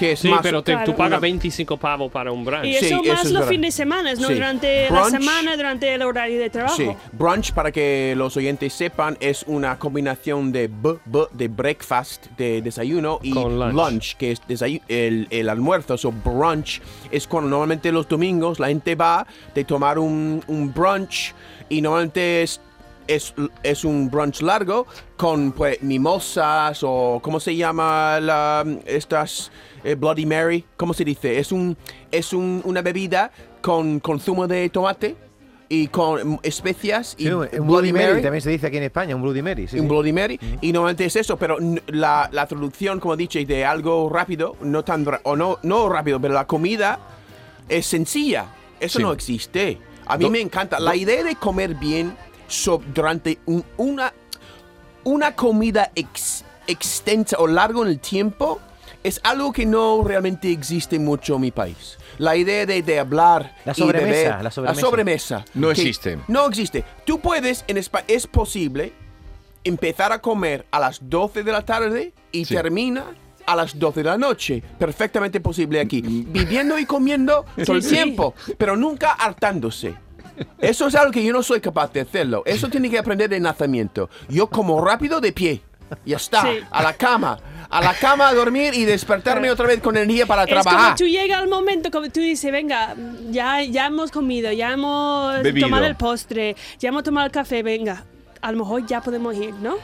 [SPEAKER 4] que es
[SPEAKER 5] Sí,
[SPEAKER 4] más...
[SPEAKER 5] pero te-
[SPEAKER 3] Claro.
[SPEAKER 5] tú pagas 25 pavos para un brunch.
[SPEAKER 3] Y
[SPEAKER 4] Sí,
[SPEAKER 3] eso
[SPEAKER 4] eso
[SPEAKER 3] más
[SPEAKER 4] es
[SPEAKER 3] los
[SPEAKER 4] verdad.
[SPEAKER 3] fines de semana, ¿no?
[SPEAKER 4] Sí.
[SPEAKER 3] Durante
[SPEAKER 4] Brunch.
[SPEAKER 3] la semana, durante el horario de trabajo.
[SPEAKER 4] Sí, brunch, para que los oyentes sepan, es una combinación de b, b de breakfast, de desayuno, y
[SPEAKER 5] Con lunch.
[SPEAKER 4] lunch. que es desayu- el, el almuerzo, o brunch, es cuando normalmente los domingos la gente va de tomar un, un brunch, y normalmente es, es, es un brunch largo con pues, mimosas o, ¿cómo se llama? La, estas eh, Bloody Mary, ¿cómo se dice? Es, un, es un- una bebida con, con zumo de tomate y con mm, especias y
[SPEAKER 6] Sí, un un Bloody
[SPEAKER 4] Bloody
[SPEAKER 6] Mary,
[SPEAKER 4] Mary.
[SPEAKER 6] también se dice aquí en España, un Bloody Mary. sí,
[SPEAKER 4] un
[SPEAKER 6] sí.
[SPEAKER 4] Bloody Mary y normalmente es eso, pero n- la, la traducción, como dices, de algo rápido, no tan ra- o no, no rápido, pero la comida es sencilla. Eso
[SPEAKER 2] Sí.
[SPEAKER 4] no existe. A mí
[SPEAKER 2] Do-
[SPEAKER 4] me encanta la idea de comer bien so- durante un- una una comida ex- extensa o largo en el tiempo es algo que no realmente existe mucho en mi país. La idea de, de hablar
[SPEAKER 6] La
[SPEAKER 4] y de
[SPEAKER 6] sobremesa,
[SPEAKER 4] ver-
[SPEAKER 6] la sobremesa.
[SPEAKER 4] sobremesa,
[SPEAKER 2] No
[SPEAKER 4] que
[SPEAKER 2] existe.
[SPEAKER 4] No existe. Tú puedes en España es posible empezar a comer a las 12 de la tarde y
[SPEAKER 2] Sí.
[SPEAKER 4] termina a las 12 de la noche. Perfectamente posible aquí. Viviendo y comiendo todo
[SPEAKER 3] Mm,
[SPEAKER 4] el
[SPEAKER 3] sí.
[SPEAKER 4] tiempo, pero nunca hartándose. Eso es algo que yo no soy capaz de hacerlo. Eso tiene que aprender de nacimiento. Yo como rápido de pie. Ya está.
[SPEAKER 3] Sí.
[SPEAKER 4] A la cama. A la cama a dormir y despertarme otra vez con energía para
[SPEAKER 3] Es como
[SPEAKER 4] trabajar.
[SPEAKER 3] tú llegas al momento, como tú dices, venga, ya, ya hemos comido, ya hemos
[SPEAKER 2] Bebido.
[SPEAKER 3] tomado el postre, ya hemos tomado el café, venga, a lo mejor ya podemos ir, ¿no?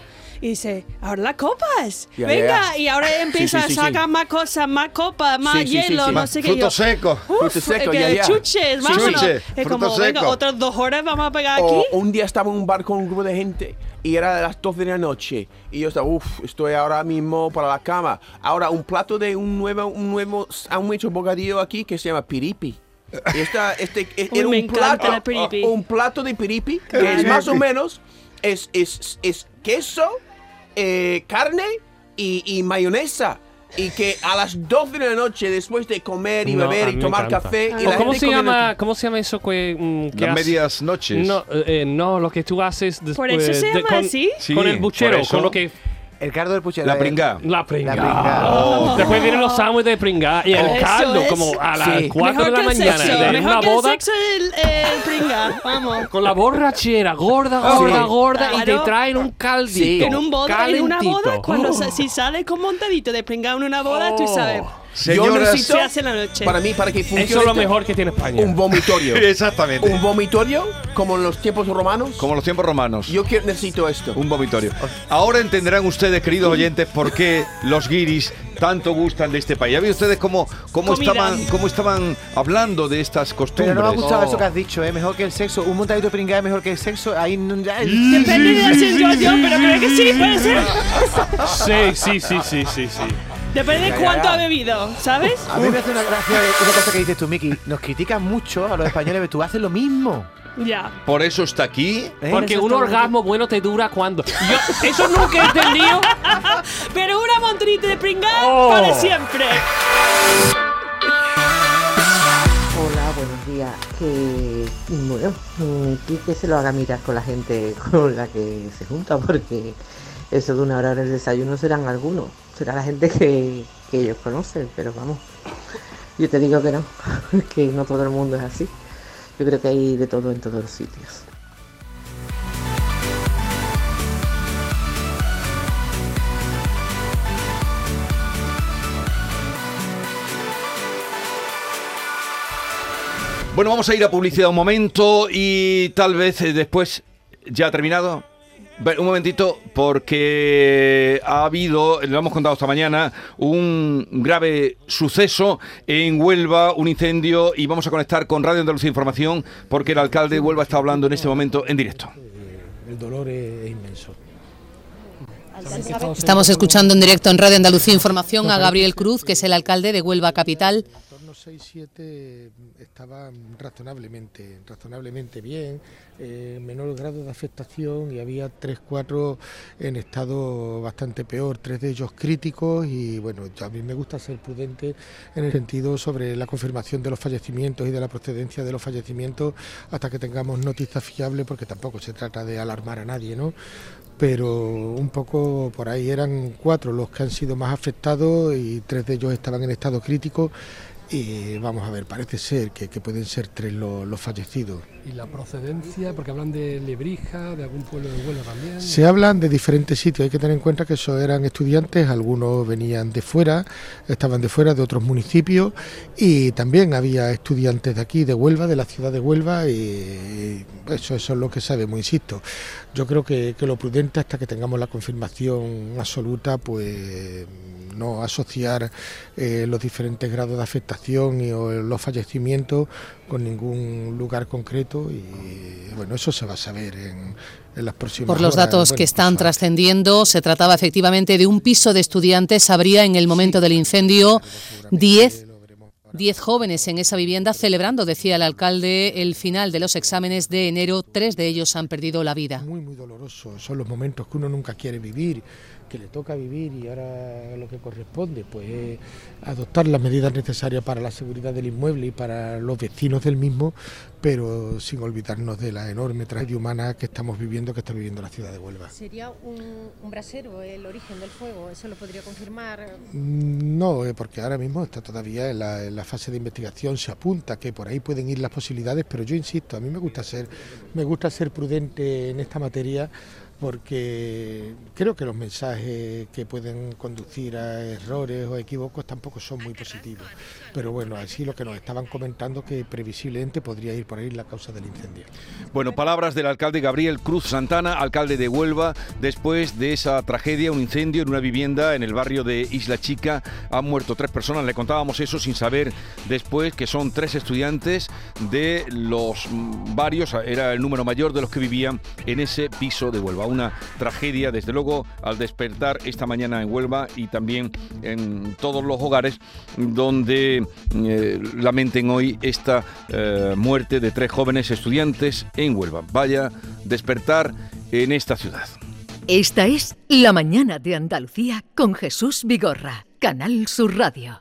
[SPEAKER 3] Y dice, ahora las copas,
[SPEAKER 4] Ya,
[SPEAKER 3] venga,
[SPEAKER 4] ya.
[SPEAKER 3] y ahora empieza
[SPEAKER 4] sí, sí,
[SPEAKER 3] a sacar más cosas, más copas, más
[SPEAKER 4] Sí, sí, sí,
[SPEAKER 3] hielo,
[SPEAKER 4] sí.
[SPEAKER 3] no
[SPEAKER 4] Más
[SPEAKER 3] sé qué.
[SPEAKER 2] frutos
[SPEAKER 3] yo,
[SPEAKER 2] secos.
[SPEAKER 3] "Uf,
[SPEAKER 4] frutos secos,
[SPEAKER 3] eh,
[SPEAKER 4] ya, ya".
[SPEAKER 3] Chuches, vámonos.
[SPEAKER 2] Chuche,
[SPEAKER 3] es como,
[SPEAKER 2] frutos
[SPEAKER 3] venga,
[SPEAKER 2] secos.
[SPEAKER 3] otras dos horas vamos a pegar
[SPEAKER 4] O
[SPEAKER 3] aquí.
[SPEAKER 4] un día estaba en un bar con un grupo de gente y era de las 12 de la noche y yo estaba, uff, estoy ahora mismo para la cama. Ahora un plato de un nuevo, un nuevo sándwich o bocadillo aquí que se llama piripi. Y esta, este, e-
[SPEAKER 3] Uy, me
[SPEAKER 4] era un
[SPEAKER 3] encanta
[SPEAKER 4] plato,
[SPEAKER 3] la piripi.
[SPEAKER 4] un plato de piripi que es más o menos es, es, es queso, eh, carne y, y mayonesa. Y que a las 12 de la noche, después de comer y
[SPEAKER 5] No, a
[SPEAKER 4] beber
[SPEAKER 5] mí
[SPEAKER 4] y
[SPEAKER 5] me
[SPEAKER 4] tomar
[SPEAKER 5] encanta.
[SPEAKER 4] café, y
[SPEAKER 5] ¿O
[SPEAKER 4] la
[SPEAKER 5] ¿Cómo
[SPEAKER 4] gente
[SPEAKER 5] se
[SPEAKER 4] comiendo-
[SPEAKER 5] llama? ¿Cómo se llama eso que, mm, que
[SPEAKER 2] Las
[SPEAKER 5] haces?
[SPEAKER 2] medias noches.
[SPEAKER 5] No, eh, no, lo que tú haces después.
[SPEAKER 3] ¿Por eso se
[SPEAKER 5] de-
[SPEAKER 3] llama
[SPEAKER 5] con,
[SPEAKER 3] así?
[SPEAKER 2] Sí,
[SPEAKER 5] con el
[SPEAKER 2] por
[SPEAKER 5] buchero,
[SPEAKER 2] eso.
[SPEAKER 5] con lo que.
[SPEAKER 6] El cardo del puchero.
[SPEAKER 2] La
[SPEAKER 6] el-
[SPEAKER 2] pringa. Oh,
[SPEAKER 5] La
[SPEAKER 6] La
[SPEAKER 5] pringa.
[SPEAKER 6] pringa. Ah.
[SPEAKER 5] Después vienen los sándwiches de pringa y el
[SPEAKER 3] Eso
[SPEAKER 5] caldo,
[SPEAKER 3] es.
[SPEAKER 5] como a las
[SPEAKER 4] Sí.
[SPEAKER 5] 4 de la
[SPEAKER 3] que el
[SPEAKER 5] mañana.
[SPEAKER 3] sexo,
[SPEAKER 5] en una
[SPEAKER 3] mejor que
[SPEAKER 5] boda.
[SPEAKER 3] el sexo el, el pringa, vamos.
[SPEAKER 5] Con la borrachera, gorda, gorda,
[SPEAKER 4] Sí.
[SPEAKER 5] gorda, y te
[SPEAKER 3] Claro.
[SPEAKER 5] traen un caldito.
[SPEAKER 4] Sí. Oh.
[SPEAKER 3] En un boda, en una boda,
[SPEAKER 5] calentito.
[SPEAKER 3] cuando sa- si sale con montadito de pringao en una boda, tú sabes.
[SPEAKER 4] Yo
[SPEAKER 2] Señoras-
[SPEAKER 4] necesito-
[SPEAKER 3] Se hace en la noche.
[SPEAKER 4] Oh. Para mí, para que funcione este
[SPEAKER 5] Eso es lo
[SPEAKER 4] esto,
[SPEAKER 5] mejor que tiene España.
[SPEAKER 4] un vomitorio.
[SPEAKER 2] Exactamente.
[SPEAKER 4] un vomitorio como en los tiempos romanos.
[SPEAKER 2] Como los tiempos romanos.
[SPEAKER 4] Yo quiero, necesito esto.
[SPEAKER 2] Un vomitorio. Ahora entenderán ustedes, queridos oyentes, por qué los guiris tanto gustan de este país. ¿Ya vieron ustedes cómo, cómo,
[SPEAKER 3] Comida.
[SPEAKER 2] estaban, cómo estaban hablando de estas costumbres?
[SPEAKER 6] Pero no me ha gustado
[SPEAKER 2] Oh.
[SPEAKER 6] eso que has dicho, ¿eh? Mejor que el sexo. Un montadito de pringa es mejor que el sexo. Ahí no- ya-
[SPEAKER 3] Depende de la situación, pero creo que sí, puede ser.
[SPEAKER 5] Sí, sí, sí, sí, sí, sí.
[SPEAKER 3] Depende de cuánto ha bebido, ¿sabes?
[SPEAKER 6] A mí me hace una gracia una cosa que dices tú, Miki. Nos criticas mucho a los españoles, pero tú haces lo mismo.
[SPEAKER 3] Ya.
[SPEAKER 2] Por eso está aquí.
[SPEAKER 6] ¿eh?
[SPEAKER 5] Porque un orgasmo bueno te dura cuando. Yo, eso nunca he entendido.
[SPEAKER 3] Pero una montonita de pringao
[SPEAKER 5] Oh.
[SPEAKER 3] para siempre.
[SPEAKER 9] Hola, buenos días. Que bueno, mm, que, que se lo haga mirar con la gente con la que se junta, porque eso de una hora en el desayuno serán algunos, será la gente que, que ellos conocen, pero vamos, yo te digo que no, que no todo el mundo es así. Yo creo que hay de todo en todos los sitios.
[SPEAKER 2] Bueno, vamos a ir a publicidad un momento y tal vez eh, después ya ha terminado. Ve- Un momentito, porque ha habido, lo hemos contado esta mañana, un grave suceso en Huelva, un incendio, y vamos a conectar con Radio Andalucía Información, porque el alcalde de Huelva está hablando en este momento en directo.
[SPEAKER 10] El dolor es, inmenso.
[SPEAKER 11] Estamos escuchando en directo en Radio Andalucía Información a Gabriel Cruz, que es el alcalde de Huelva Capital.
[SPEAKER 10] En torno 6-7 estaban razonablemente, razonablemente bien, eh, menor grado de afectación y había 3-4 en estado bastante peor, tres de ellos críticos y bueno, yo- a mí me gusta ser prudente en el sentido sobre la confirmación de los fallecimientos y de la procedencia de los fallecimientos hasta que tengamos noticia fiable porque tampoco se trata de alarmar a nadie, ¿no? pero un poco por ahí eran cuatro los que han sido más afectados y tres de ellos estaban en estado crítico. Y vamos a ver, parece ser que, que pueden ser tres lo- los fallecidos.
[SPEAKER 7] Y la procedencia, porque hablan de Lebrija, de algún pueblo de Huelva también.
[SPEAKER 10] Se hablan de diferentes sitios, hay que tener en cuenta que esos eran estudiantes, algunos venían de fuera, estaban de fuera de otros municipios y también había estudiantes de aquí, de Huelva, de la ciudad de Huelva y eso, eso es lo que sabemos, insisto. Yo creo que, que lo prudente hasta que tengamos la confirmación absoluta, pues no asociar eh, los diferentes grados de afectación y o los fallecimientos con ningún lugar concreto y bueno, eso se va a saber en, en las próximas
[SPEAKER 11] Por los
[SPEAKER 10] horas.
[SPEAKER 11] datos
[SPEAKER 10] Bueno,
[SPEAKER 11] que están trascendiendo, se trataba efectivamente de un piso de estudiantes. Habría en el momento del incendio 10 10 jóvenes en esa vivienda celebrando, decía el alcalde, el final de los exámenes de enero. Tres de ellos han perdido la vida.
[SPEAKER 10] muy muy doloroso, son los momentos que uno nunca quiere vivir, que le toca vivir y ahora lo que corresponde pues es adoptar las medidas necesarias para la seguridad del inmueble y para los vecinos del mismo, pero sin olvidarnos de la enorme tragedia humana que estamos viviendo, que está viviendo la ciudad de Huelva.
[SPEAKER 12] Sería un, un brasero el origen del fuego, eso lo podría confirmar.
[SPEAKER 10] Mm, No, eh, porque ahora mismo está todavía en la, en la fase de investigación, se apunta que por ahí pueden ir las posibilidades, pero yo insisto, a mí me gusta ser, me gusta ser prudente en esta materia porque creo que los mensajes que pueden conducir a errores o equívocos tampoco son muy positivos. Pero bueno, así lo que nos estaban comentando que previsiblemente podría ir por ahí la causa del incendio.
[SPEAKER 2] Bueno, palabras del alcalde Gabriel Cruz Santana, alcalde de Huelva, después de esa tragedia, un incendio en una vivienda en el barrio de Isla Chica. Han muerto tres personas, le contábamos eso sin saber después que son tres estudiantes de los mm, varios, era el número mayor de los que vivían en ese piso de Huelva. Una tragedia, desde luego, al despertar esta mañana en Huelva y también en todos los hogares donde eh, lamenten hoy esta eh, muerte de tres jóvenes estudiantes en Huelva. Vaya despertar en esta ciudad.
[SPEAKER 1] Esta es La mañana de Andalucía con Jesús Vigorra, Canal Sur Radio.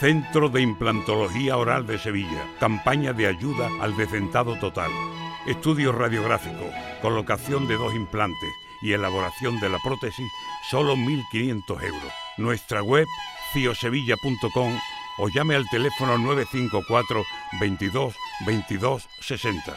[SPEAKER 13] Centro de Implantología Oral de Sevilla. Campaña de ayuda al decentado total. Estudio radiográfico, colocación de dos implantes y elaboración de la prótesis, solo 1.500 euros. Nuestra web, ciosevilla.com o llame al teléfono 954 22 22 60.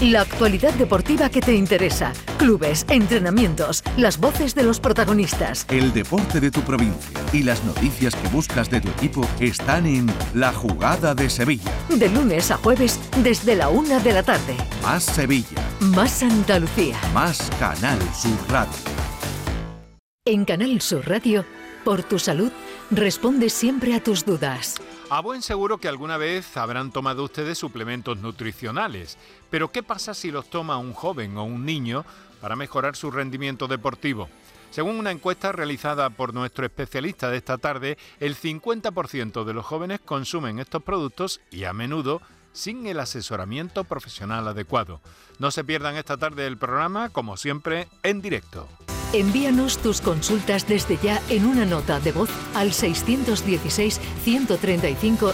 [SPEAKER 1] La actualidad deportiva que te interesa. Clubes, entrenamientos, las voces de los protagonistas.
[SPEAKER 14] El deporte de tu provincia y las noticias que buscas de tu equipo están en La Jugada de Sevilla.
[SPEAKER 1] De lunes a jueves desde la una de la tarde.
[SPEAKER 14] Más Sevilla,
[SPEAKER 1] Más Andalucía.
[SPEAKER 14] más Canal Sur Radio.
[SPEAKER 1] En Canal Sur Radio, por tu salud, responde siempre a tus dudas.
[SPEAKER 15] A buen seguro que alguna vez habrán tomado ustedes suplementos nutricionales, pero ¿qué pasa si los toma un joven o un niño para mejorar su rendimiento deportivo? Según una encuesta realizada por nuestro especialista de esta tarde, el 50% de los jóvenes consumen estos productos y a menudo sin el asesoramiento profesional adecuado. No se pierdan esta tarde el programa, como siempre, en directo.
[SPEAKER 1] Envíanos tus consultas desde ya en una nota de voz al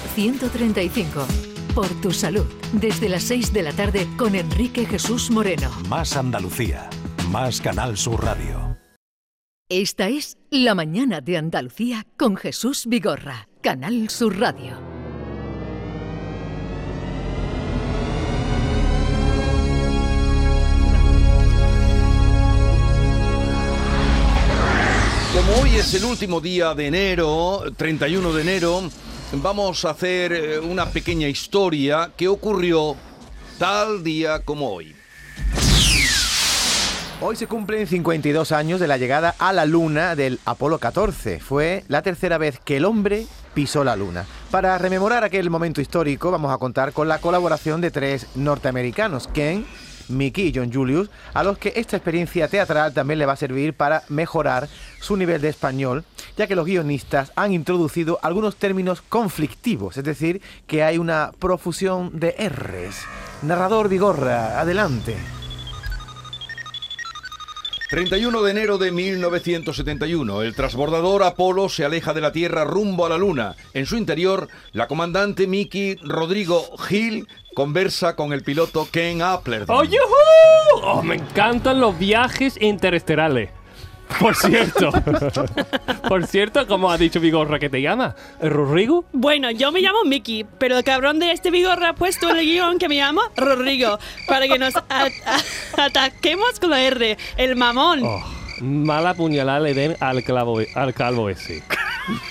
[SPEAKER 1] 616-135-135. Por tu salud, desde las 6 de la tarde con Enrique Jesús Moreno.
[SPEAKER 16] Más Andalucía. Más Canal Sur Radio.
[SPEAKER 1] Esta es La Mañana de Andalucía con Jesús Vigorra, Canal Sur Radio.
[SPEAKER 2] Como hoy es el último día de enero, 31 de enero, vamos a hacer eh, una pequeña historia que ocurrió tal día como hoy.
[SPEAKER 6] Hoy se cumplen 52 años de la llegada a la Luna del Apolo 14. Fue la tercera vez que el hombre pisó la Luna. Para rememorar aquel momento histórico, vamos a contar con la colaboración de tres norteamericanos, Ken, Mickey y John Julius, a los que esta experiencia teatral también le va a servir para mejorar su nivel de español, ya que los guionistas han introducido algunos términos conflictivos, es decir, que hay una profusión de R's. Narrador Vigorra, adelante.
[SPEAKER 2] 31 de enero de 1971, el transbordador Apolo se aleja de la Tierra rumbo a la Luna. En su interior, la comandante Mickey Rodrigo Hill conversa con el piloto Ken Appler.
[SPEAKER 5] ¡Oh, yujú! Oh, me encantan los viajes interestelares. Por cierto, por cierto, como ha dicho Vigorra que te llama, Rodrigo.
[SPEAKER 3] Bueno, yo me llamo Mickey, pero el cabrón de este vigor ha puesto en el guión que me llamo Rodrigo, para que nos a- a- ataquemos con la R, el mamón.
[SPEAKER 5] Oh, mala puñalada le den al, clavo, al calvo ese.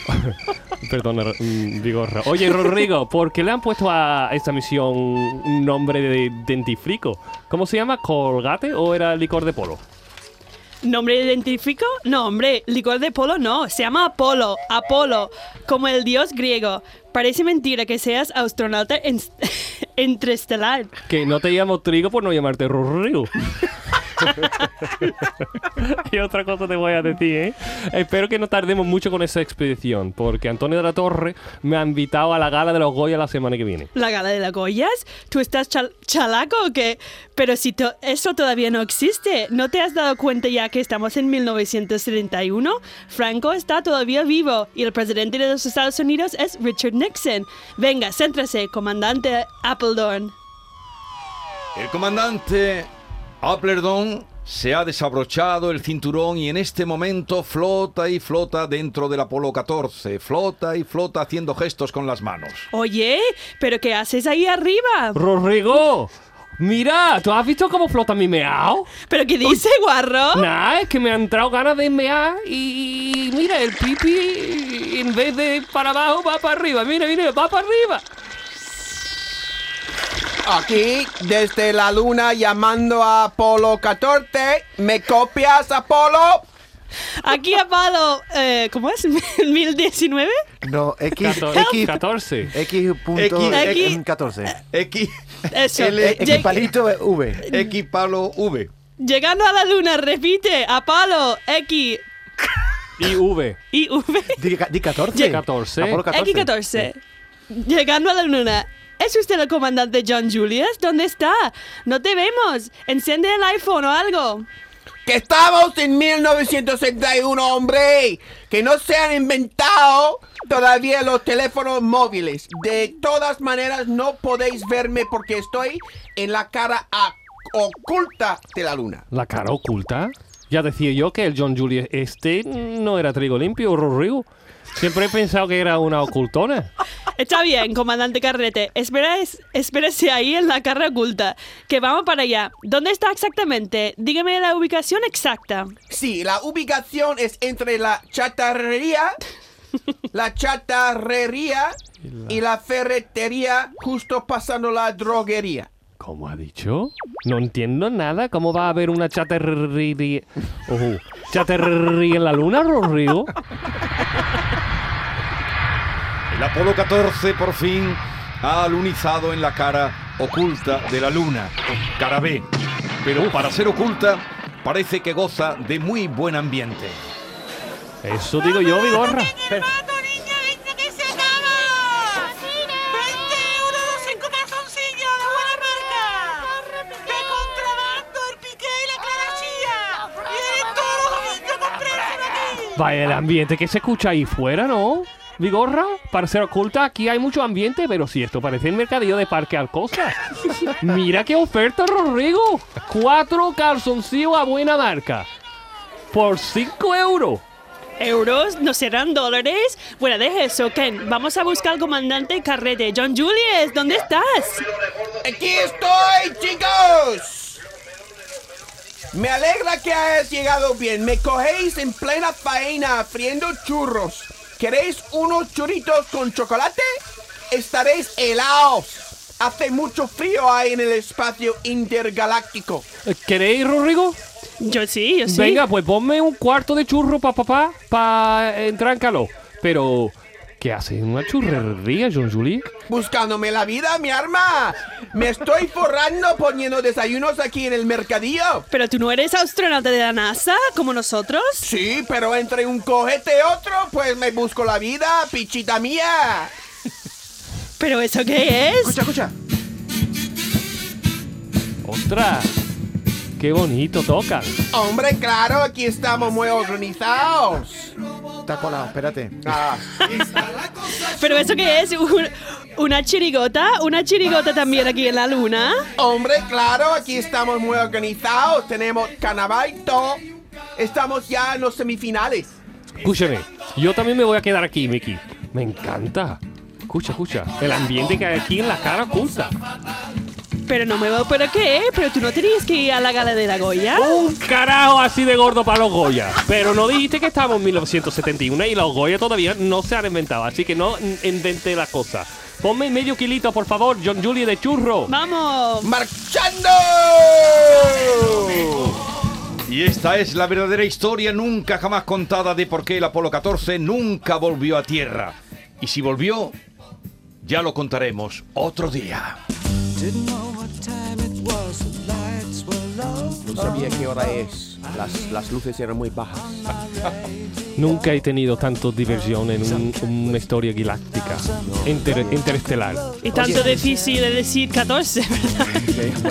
[SPEAKER 5] Perdona, mm, Vigorra. Oye, Rodrigo, ¿por qué le han puesto a esta misión un nombre de dentifrico? ¿Cómo se llama? ¿Colgate o era licor de polo?
[SPEAKER 3] ¿Nombre identifico? No, hombre, licor de polo no, se llama Apolo, Apolo, como el dios griego. Parece mentira que seas astronauta en- interestelar.
[SPEAKER 5] Que no te llamo trigo por no llamarte Rodrigo. y otra cosa te voy a decir, ¿eh? Espero que no tardemos mucho con esa expedición, porque Antonio de la Torre me ha invitado a la gala de los Goya la semana que viene.
[SPEAKER 3] ¿La gala de las Goyas? ¿Tú estás chal- chalaco o qué? Pero si to- eso todavía no existe, ¿no te has dado cuenta ya que estamos en 1971? Franco está todavía vivo y el presidente de los Estados Unidos es Richard Nixon. Venga, céntrase, comandante Appledorn.
[SPEAKER 2] El comandante Applerdon se ha desabrochado el cinturón y en este momento flota y flota dentro del Apolo 14. Flota y flota haciendo gestos con las manos.
[SPEAKER 3] Oye, ¿pero qué haces ahí arriba?
[SPEAKER 5] ¡Rodrigo! Mira, ¿tú has visto cómo flota mi meao?
[SPEAKER 3] ¿Pero qué dice, guarro?
[SPEAKER 5] Nah, es que me ha entrado ganas de mear y mira, el pipi en vez de para abajo va para arriba. Mira, mira, va para arriba.
[SPEAKER 4] Aquí, desde la luna, llamando a Apolo 14. ¿Me copias, Apolo?
[SPEAKER 3] Aquí Apolo, eh, ¿cómo es? ¿1019?
[SPEAKER 6] No, X,
[SPEAKER 5] Cator-
[SPEAKER 6] X,
[SPEAKER 5] 14.
[SPEAKER 6] X, punto,
[SPEAKER 3] X,
[SPEAKER 6] X,
[SPEAKER 3] X.
[SPEAKER 2] eh,
[SPEAKER 6] 14.
[SPEAKER 2] X,
[SPEAKER 3] Eso. Eh,
[SPEAKER 6] L,
[SPEAKER 3] Jake.
[SPEAKER 6] X palito, V.
[SPEAKER 2] X palo, V.
[SPEAKER 3] Llegando a la luna, repite, Apolo, X,
[SPEAKER 5] Y V.
[SPEAKER 3] Y V.
[SPEAKER 6] Di, di 14.
[SPEAKER 5] Di 14.
[SPEAKER 6] Apolo 14.
[SPEAKER 3] X14. Llegando a la luna. ¿Es usted el comandante John Julius? ¿Dónde está? No te vemos. Enciende el iPhone o algo.
[SPEAKER 4] ¡Que estamos en 1961, hombre! ¡Que no se han inventado todavía los teléfonos móviles! De todas maneras, no podéis verme porque estoy en la cara a- oculta de la luna.
[SPEAKER 5] ¿La cara oculta? Ya decía yo que el John Julius este no era trigo limpio, Rodrigo. Siempre he pensado que era una ocultona.
[SPEAKER 3] Está bien, comandante Carrete. Espera, es- espérese ahí en la carga oculta. Que vamos para allá. ¿Dónde está exactamente? Dígame la ubicación exacta.
[SPEAKER 4] Sí, la ubicación es entre la chatarrería, la chatarrería y la ferretería, justo pasando la droguería.
[SPEAKER 5] ¿Cómo ha dicho? No entiendo nada. ¿Cómo va a haber una chaterri... Ojo. ¿Chaterri en la luna, Rodrigo?
[SPEAKER 2] El Apolo 14 por fin ha alunizado en la cara oculta de la luna, cara B. Pero para ser oculta, parece que goza de muy buen ambiente.
[SPEAKER 5] Eso digo yo, Vigorra. Vaya el ambiente que se escucha ahí fuera, ¿no? Vigorra, para ser oculta, aquí hay mucho ambiente, pero si esto parece el mercadillo de Parque Alcosa. Mira qué oferta, Rodrigo. Cuatro calzoncillos a buena marca. Por cinco euros.
[SPEAKER 3] ¿Euros? ¿No serán dólares? Bueno, deje eso, Ken. Vamos a buscar al comandante Carrete. John Julius, ¿dónde estás?
[SPEAKER 4] ¡Aquí estoy, chicos! Me alegra que hayas llegado bien. Me cogéis en plena faena friendo churros. ¿Queréis unos churritos con chocolate? Estaréis helados. Hace mucho frío ahí en el espacio intergaláctico.
[SPEAKER 5] ¿Queréis, Rodrigo?
[SPEAKER 3] Yo sí, yo sí.
[SPEAKER 5] Venga, pues ponme un cuarto de churro para papá, para entrar en calor. Pero, ¿qué haces? ¿Una churrería, John Julie?
[SPEAKER 4] Buscándome la vida, mi arma. Me estoy forrando poniendo desayunos aquí en el mercadillo.
[SPEAKER 3] Pero tú no eres astronauta de la NASA, como nosotros.
[SPEAKER 4] Sí, pero entre un cojete y otro, pues me busco la vida, pichita mía.
[SPEAKER 3] ¿Pero eso qué es?
[SPEAKER 4] Escucha, escucha.
[SPEAKER 5] ¡Ostras! ¡Qué bonito tocan!
[SPEAKER 4] Hombre, claro, aquí estamos muy organizados.
[SPEAKER 6] Está colado, espérate.
[SPEAKER 2] Ah.
[SPEAKER 3] ¿Pero eso qué es? ¿Un- ¿Una chirigota? ¿Una chirigota también aquí en la luna?
[SPEAKER 4] Hombre, claro, aquí estamos muy organizados. Tenemos carnaval y todo. Estamos ya en los semifinales.
[SPEAKER 5] Escúchame, yo también me voy a quedar aquí, Mickey. Me encanta. Escucha, escucha. El ambiente que hay aquí en la cara oculta.
[SPEAKER 3] Pero no me va, ¿pero qué? ¿Pero tú no tenías que ir a la gala de la Goya?
[SPEAKER 5] Un carajo así de gordo para los Goya. Pero no dijiste que estábamos en 1971 y los Goya todavía no se han inventado. Así que no in- inventé la cosa. Ponme medio kilito, por favor, John Julie de churro.
[SPEAKER 3] ¡Vamos!
[SPEAKER 4] ¡Marchando!
[SPEAKER 2] Y esta es la verdadera historia nunca jamás contada de por qué el Apolo 14 nunca volvió a Tierra. Y si volvió, ya lo contaremos otro día.
[SPEAKER 17] Didn't know what time it was, the lights were low.
[SPEAKER 4] No sabía qué hora es. Las, las luces eran muy bajas.
[SPEAKER 5] Nunca he tenido tanto diversión en un- una historia galáctica inter- interestelar.
[SPEAKER 3] Y tanto
[SPEAKER 5] Oye,
[SPEAKER 3] difícil de decir 14, ¿verdad?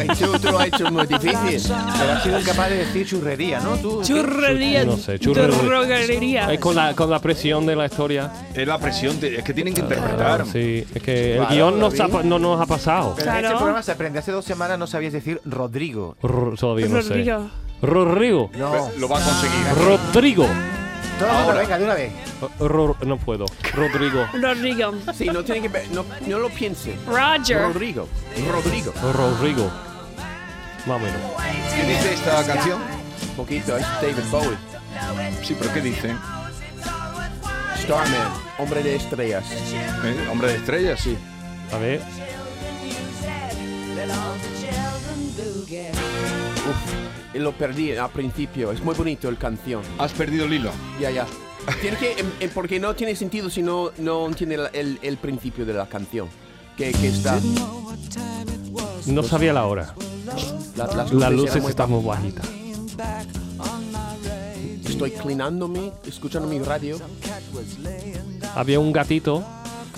[SPEAKER 4] Pues Tú, tú lo has hecho muy difícil.
[SPEAKER 6] Pero has sido incapaz de decir churrería, ¿no? Tú,
[SPEAKER 3] Churrería.
[SPEAKER 5] No sé, churrería.
[SPEAKER 3] Churroguería.
[SPEAKER 5] Es con la, con la presión de la historia.
[SPEAKER 2] Es la presión, de- es que tienen que interpretar.
[SPEAKER 5] Sí, es que el
[SPEAKER 6] Claro,
[SPEAKER 5] guión nos
[SPEAKER 6] David.
[SPEAKER 5] ha- no nos ha pasado.
[SPEAKER 6] Pero en este programa se aprende. Hace dos semanas no sabías decir Rodrigo.
[SPEAKER 5] Ro- todavía no sé.
[SPEAKER 6] Rodrigo.
[SPEAKER 5] Rodrigo.
[SPEAKER 6] No.
[SPEAKER 2] Lo va a conseguir.
[SPEAKER 5] Rodrigo.
[SPEAKER 6] Todo
[SPEAKER 5] Ahora.
[SPEAKER 6] venga, de una vez.
[SPEAKER 5] Ro- no puedo. Rodrigo.
[SPEAKER 3] Rodrigo.
[SPEAKER 4] Sí, no tiene que ver- no, no lo piense.
[SPEAKER 3] Roger.
[SPEAKER 4] Rodrigo. Rodrigo.
[SPEAKER 5] Rodrigo. Más o menos.
[SPEAKER 2] ¿Qué dice esta canción?
[SPEAKER 4] Poquito, es David Bowie.
[SPEAKER 2] Sí, pero ¿qué dice?
[SPEAKER 4] Starman, hombre de estrellas.
[SPEAKER 2] ¿Eh? Hombre de estrellas, sí.
[SPEAKER 5] A ver.
[SPEAKER 4] Uf, y lo perdí al principio. Es muy bonito el canción.
[SPEAKER 2] Has perdido el hilo.
[SPEAKER 4] Ya, ya. Tiene que, em, em, porque no tiene sentido si no, no entiende la- el, el principio de la canción. Que, que está.
[SPEAKER 5] No sabía la hora.
[SPEAKER 4] La- las luces
[SPEAKER 5] Las
[SPEAKER 4] eran
[SPEAKER 5] luces
[SPEAKER 4] muy
[SPEAKER 5] están muy bajitas.
[SPEAKER 4] Estoy cleanándome, escuchando mi radio.
[SPEAKER 5] Había un gatito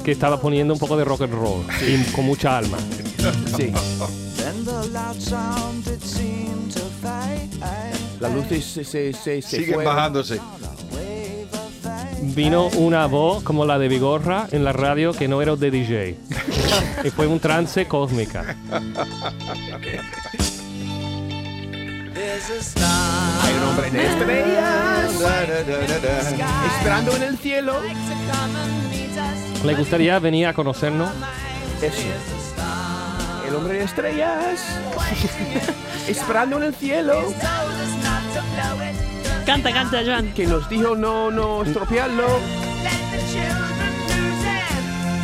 [SPEAKER 5] que estaba poniendo un poco de rock and roll y con mucha alma.
[SPEAKER 4] Sí.
[SPEAKER 17] Then the loud sound it seemed to fade.
[SPEAKER 4] Las luces se, se, se, se
[SPEAKER 2] Siguen
[SPEAKER 4] fueron.
[SPEAKER 2] bajándose.
[SPEAKER 5] Vino una voz como la de Vigorra en la radio que no era de DJ. y fue un trance cósmica.
[SPEAKER 17] There's a star.
[SPEAKER 4] Hay un hombre de estrellas. Esperando en el cielo.
[SPEAKER 5] ¿Le gustaría venir a conocernos?
[SPEAKER 4] Eso. El hombre de estrellas. Esperando en el cielo.
[SPEAKER 3] Canta, canta, Joan.
[SPEAKER 4] Que nos dijo no, no estropearlo.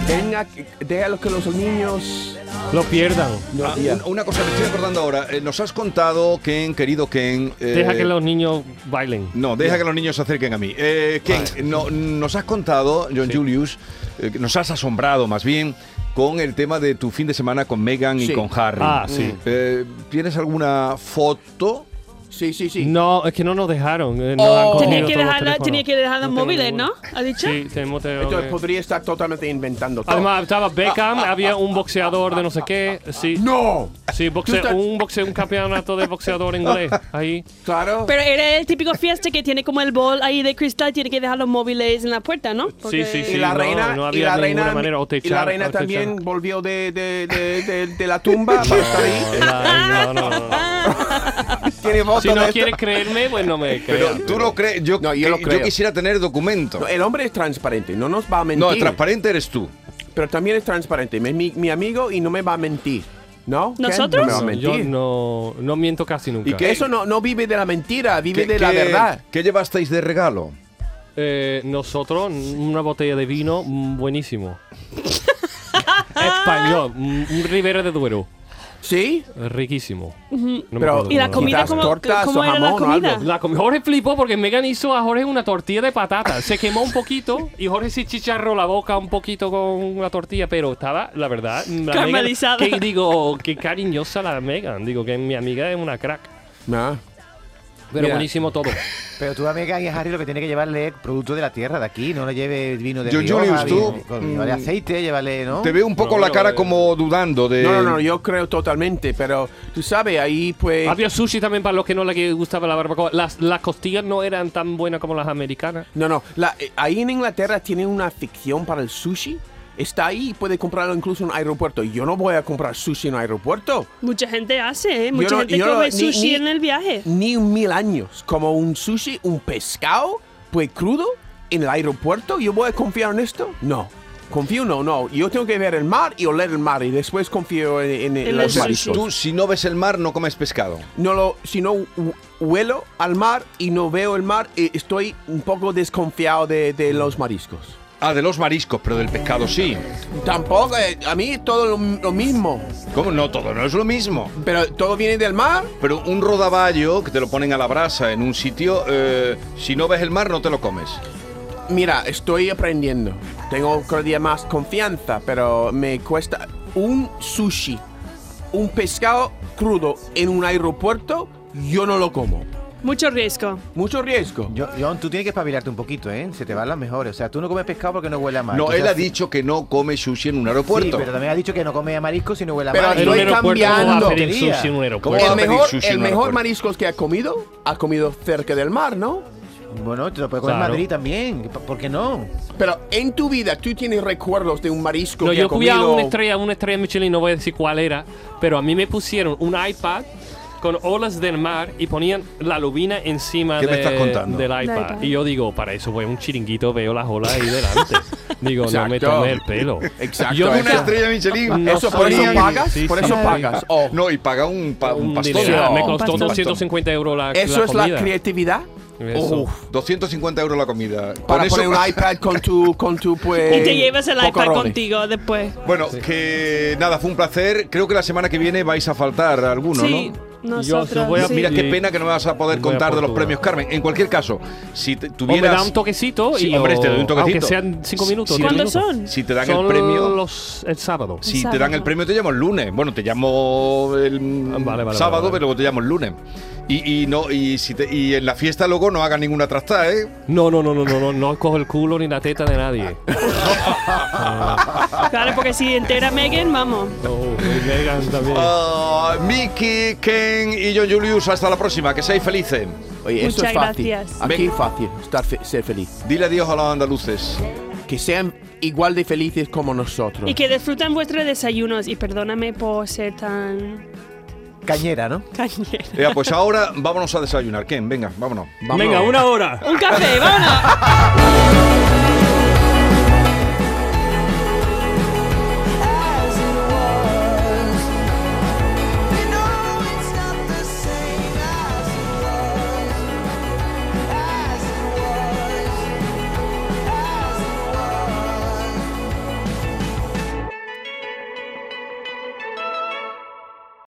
[SPEAKER 4] Venga, que- déjalo que los niños.
[SPEAKER 5] Lo pierdan.
[SPEAKER 2] Ah, un- una cosa, me estoy acordando ahora. Eh, nos has contado, Ken, querido Ken. eh,
[SPEAKER 5] Deja que los niños bailen.
[SPEAKER 2] No, deja que los niños se acerquen a mí. Eh, Ken, no- nos has contado, John Julius, eh, que nos has asombrado más bien con el tema de tu fin de semana con Meghan
[SPEAKER 4] Sí.
[SPEAKER 2] y con Harry.
[SPEAKER 5] Ah, sí.
[SPEAKER 2] Eh, ¿Tienes alguna foto?
[SPEAKER 4] Sí, sí, sí.
[SPEAKER 5] No, es que no nos dejaron. eh,
[SPEAKER 4] Oh.
[SPEAKER 5] nos han
[SPEAKER 4] Tenía
[SPEAKER 5] cogido
[SPEAKER 3] que
[SPEAKER 5] todos los
[SPEAKER 3] dejar la-
[SPEAKER 5] teléfonos.
[SPEAKER 3] tenía que dejar los
[SPEAKER 5] No tengo
[SPEAKER 3] móviles,
[SPEAKER 5] ninguno.
[SPEAKER 3] ¿no? ¿Ha dicho?
[SPEAKER 5] Sí, tenemos que-
[SPEAKER 4] Entonces podría estar totalmente inventando todo.
[SPEAKER 5] Además, estaba Beckham,
[SPEAKER 4] ah,
[SPEAKER 5] había un boxeador de no sé qué. Sí.
[SPEAKER 4] ¡No!
[SPEAKER 5] Sí, boxe-
[SPEAKER 4] Tú estás-
[SPEAKER 5] un, boxe- un campeonato de boxeador inglés ahí.
[SPEAKER 4] Claro.
[SPEAKER 3] Pero era el típico fiesta que tiene como el bol ahí de cristal, tiene que dejar los móviles en la puerta, ¿no? Porque-
[SPEAKER 5] sí, sí.
[SPEAKER 4] y la
[SPEAKER 5] no,
[SPEAKER 4] reina,
[SPEAKER 5] no había
[SPEAKER 4] y la
[SPEAKER 5] ninguna
[SPEAKER 4] reina,
[SPEAKER 5] manera, o te
[SPEAKER 4] y la
[SPEAKER 5] echaban,
[SPEAKER 4] reina
[SPEAKER 5] o te
[SPEAKER 4] también
[SPEAKER 5] echaban.
[SPEAKER 4] volvió de, de, de, de- de la tumba para estar ahí.
[SPEAKER 5] Ay, no, no, no.
[SPEAKER 4] Tiene foto
[SPEAKER 5] Si
[SPEAKER 4] de
[SPEAKER 5] no
[SPEAKER 4] esto.
[SPEAKER 5] quieres creerme, pues no me
[SPEAKER 2] Pero
[SPEAKER 5] creas.
[SPEAKER 2] tú lo crees. Yo,
[SPEAKER 4] No, yo lo
[SPEAKER 2] que-
[SPEAKER 4] creo.
[SPEAKER 2] quisiera tener documento.
[SPEAKER 4] No, el hombre es transparente, no nos va a mentir.
[SPEAKER 2] No, transparente eres tú.
[SPEAKER 4] Pero también es transparente. Es mi, mi amigo y no me va a mentir. ¿No? Ken?
[SPEAKER 5] ¿Nosotros?
[SPEAKER 4] No me va a
[SPEAKER 5] yo
[SPEAKER 4] mentir.
[SPEAKER 5] no, no miento casi nunca.
[SPEAKER 4] Y que eso no, no vive de la mentira, vive de
[SPEAKER 2] ¿Qué-
[SPEAKER 4] la
[SPEAKER 2] qué-
[SPEAKER 4] verdad.
[SPEAKER 2] ¿Qué llevasteis de regalo?
[SPEAKER 5] Eh, nosotros, una botella de vino mm, buenísimo. Español, mm, un Ribera de Duero.
[SPEAKER 4] ¿Sí?
[SPEAKER 5] Riquísimo.
[SPEAKER 3] Ujú.
[SPEAKER 5] No me
[SPEAKER 4] Pero,
[SPEAKER 5] acuerdo
[SPEAKER 4] ¿y la
[SPEAKER 5] nada.
[SPEAKER 4] comida Quizás cómo- tortas cómo o era la jamón o comida? algo.
[SPEAKER 5] La comi- Jorge flipó porque Megan hizo a Jorge una tortilla de patata. Se quemó un poquito y Jorge se chicharró la boca un poquito con la tortilla, pero estaba, la verdad, la Megan-
[SPEAKER 3] Caramelizada.
[SPEAKER 5] que digo, que cariñosa la Megan. Digo que mi amiga es una crack.
[SPEAKER 4] Ah.
[SPEAKER 5] Pero
[SPEAKER 6] Mira.
[SPEAKER 5] buenísimo todo.
[SPEAKER 6] Pero tú a Megan y a Harry lo que tiene que llevarle es producto de la tierra de aquí, no le lleve vino de
[SPEAKER 2] Yo,
[SPEAKER 6] Rioja,
[SPEAKER 2] Julius, tú,
[SPEAKER 6] vino- con- Llévale
[SPEAKER 2] mm,
[SPEAKER 6] aceite, llévale, ¿no?
[SPEAKER 2] Te veo un poco la cara como dudando de...
[SPEAKER 4] eh. No, no, no, yo creo totalmente, pero tú sabes, ahí pues...
[SPEAKER 5] Había sushi también para los que no les gustaba la barbacoa. Las, las costillas no eran tan buenas como las americanas.
[SPEAKER 4] No, no, la- eh, ahí en Inglaterra tienen una afición para el sushi. Está ahí y puede comprarlo incluso en un aeropuerto. Yo no voy a comprar sushi en un aeropuerto.
[SPEAKER 3] Mucha gente hace, ¿eh? Mucha
[SPEAKER 4] Yo no-
[SPEAKER 3] gente
[SPEAKER 4] yo no-
[SPEAKER 3] come
[SPEAKER 4] ni-
[SPEAKER 3] sushi
[SPEAKER 4] ni-
[SPEAKER 3] en el viaje.
[SPEAKER 4] Ni un mil años. Como un sushi, un pescado, pues crudo, en el aeropuerto. ¿Yo voy a confiar en esto? No. Confío no, no. Yo tengo que ver el mar y oler el mar y después confío en, en- en los mariscos.
[SPEAKER 2] Tú, si no ves el mar, no comes pescado.
[SPEAKER 4] no lo, si no hu- huelo al mar y no veo el mar, eh, estoy un poco desconfiado de, de los mariscos.
[SPEAKER 2] Ah, de los mariscos, pero del pescado sí.
[SPEAKER 4] Tampoco, eh, a mí todo lo, lo mismo.
[SPEAKER 2] ¿Cómo? No, todo no es lo mismo.
[SPEAKER 4] Pero todo viene del mar.
[SPEAKER 2] Pero un rodaballo que te lo ponen a la brasa en un sitio, eh, si no ves el mar, no te lo comes.
[SPEAKER 4] Mira, estoy aprendiendo. Tengo cada día más confianza, pero me cuesta un sushi, un pescado crudo en un aeropuerto, yo no lo como.
[SPEAKER 3] Mucho riesgo.
[SPEAKER 4] Mucho riesgo.
[SPEAKER 6] Yo, John, tú tienes que espabilarte un poquito, ¿eh? Se te van las mejores. O sea, tú no comes pescado porque no huele a mar.
[SPEAKER 2] No,
[SPEAKER 6] Entonces,
[SPEAKER 2] él ha dicho que no come sushi en un aeropuerto.
[SPEAKER 6] Sí, pero también ha dicho que no come a marisco si no huele a
[SPEAKER 4] Pero
[SPEAKER 6] mar.
[SPEAKER 4] estoy cambiando.
[SPEAKER 2] ¿Cómo va
[SPEAKER 4] El
[SPEAKER 2] a pedir
[SPEAKER 4] mejor,
[SPEAKER 2] sushi en
[SPEAKER 4] el
[SPEAKER 2] un
[SPEAKER 4] mejor
[SPEAKER 2] aeropuerto?
[SPEAKER 4] mariscos que ha comido, ha comido cerca del mar, ¿no?
[SPEAKER 6] Bueno, te lo puedes comer en Madrid también. ¿Por qué no?
[SPEAKER 4] Pero en tu vida, ¿tú tienes recuerdos de un marisco
[SPEAKER 5] No,
[SPEAKER 4] que
[SPEAKER 5] yo
[SPEAKER 4] ha
[SPEAKER 5] fui
[SPEAKER 4] comido?
[SPEAKER 5] a una estrella, una estrella Michelin, no voy a decir cuál era, pero a mí me pusieron un iPad con olas del mar y ponían la lubina encima
[SPEAKER 2] ¿Qué me
[SPEAKER 5] de-
[SPEAKER 2] estás contando?
[SPEAKER 5] del iPad.
[SPEAKER 2] Del iPad.
[SPEAKER 5] Y yo digo, para eso voy a un chiringuito, veo las olas ahí delante. digo, no me
[SPEAKER 2] Exacto.
[SPEAKER 5] tome el pelo.
[SPEAKER 2] Exacto.
[SPEAKER 5] Yo
[SPEAKER 2] una
[SPEAKER 5] nunca-
[SPEAKER 2] estrella Michelin. Oh.
[SPEAKER 5] No soy- sí, sí, sí.
[SPEAKER 4] Oh,
[SPEAKER 2] No, y paga un, pa- un
[SPEAKER 5] Un
[SPEAKER 2] pastón.
[SPEAKER 5] dinero.
[SPEAKER 2] No,
[SPEAKER 5] me
[SPEAKER 2] un
[SPEAKER 5] costó
[SPEAKER 2] pastón.
[SPEAKER 5] 250 euros la,
[SPEAKER 4] ¿Eso
[SPEAKER 5] la
[SPEAKER 4] es la
[SPEAKER 5] comida.
[SPEAKER 4] creatividad?
[SPEAKER 5] Eso.
[SPEAKER 2] Uf, 250 euros la comida.
[SPEAKER 4] Para
[SPEAKER 2] eso-
[SPEAKER 4] poner un iPad con tu, con tu pues...
[SPEAKER 3] Y te llevas el iPad
[SPEAKER 2] Pocorrones.
[SPEAKER 3] contigo después.
[SPEAKER 2] Bueno, que nada, fue un placer. Creo que la semana que viene vais a faltar alguno,
[SPEAKER 3] sí,
[SPEAKER 2] ¿no?
[SPEAKER 3] nosotros. sí.
[SPEAKER 2] Mira qué pena que no me vas a poder
[SPEAKER 5] Voy a
[SPEAKER 2] contar de los
[SPEAKER 5] Portugal.
[SPEAKER 2] premios Carmen. En cualquier caso, si te-
[SPEAKER 5] O me
[SPEAKER 2] tuvieras...
[SPEAKER 5] da un toquecito
[SPEAKER 2] Sí,
[SPEAKER 5] y
[SPEAKER 2] hombre,
[SPEAKER 5] o-
[SPEAKER 2] te doy un toquecito.
[SPEAKER 5] Aunque sean 5
[SPEAKER 2] Si-
[SPEAKER 5] minutos.
[SPEAKER 2] si-
[SPEAKER 5] diez
[SPEAKER 2] ¿Cuándo
[SPEAKER 5] minutos.
[SPEAKER 2] son? Si te dan el
[SPEAKER 5] Son
[SPEAKER 2] premio-
[SPEAKER 5] los- el sábado.
[SPEAKER 2] Si te dan el premio te llamo el lunes. Bueno, te llamo el mm,
[SPEAKER 5] Ah, vale, vale,
[SPEAKER 2] sábado,
[SPEAKER 5] vale.
[SPEAKER 2] pero luego te llamo el lunes. Y, y no y si te- y en la fiesta luego no haga ninguna trastada, ¿eh?
[SPEAKER 5] No, no, no, no, no, no, no cojo el culo ni la teta de nadie.
[SPEAKER 3] Claro, porque si entera Megan, vamos.
[SPEAKER 5] Oh, Megan también.
[SPEAKER 2] Ah, Miki, Ken y John Julius, hasta la próxima. Que seáis felices.
[SPEAKER 4] Oye, esto
[SPEAKER 3] Muchas
[SPEAKER 4] es fácil.
[SPEAKER 3] gracias.
[SPEAKER 4] Aquí
[SPEAKER 2] Venga.
[SPEAKER 4] es fácil estar fe- ser feliz.
[SPEAKER 2] Dile adiós a los andaluces.
[SPEAKER 4] Que sean igual de felices como nosotros.
[SPEAKER 3] Y que disfrutan vuestros desayunos. Y perdóname por ser tan
[SPEAKER 6] Cañera, ¿no?
[SPEAKER 3] cañera.
[SPEAKER 2] Ea, pues ahora vámonos a desayunar. Ken, venga, vámonos.
[SPEAKER 5] Venga, una hora.
[SPEAKER 3] Un café, vámonos.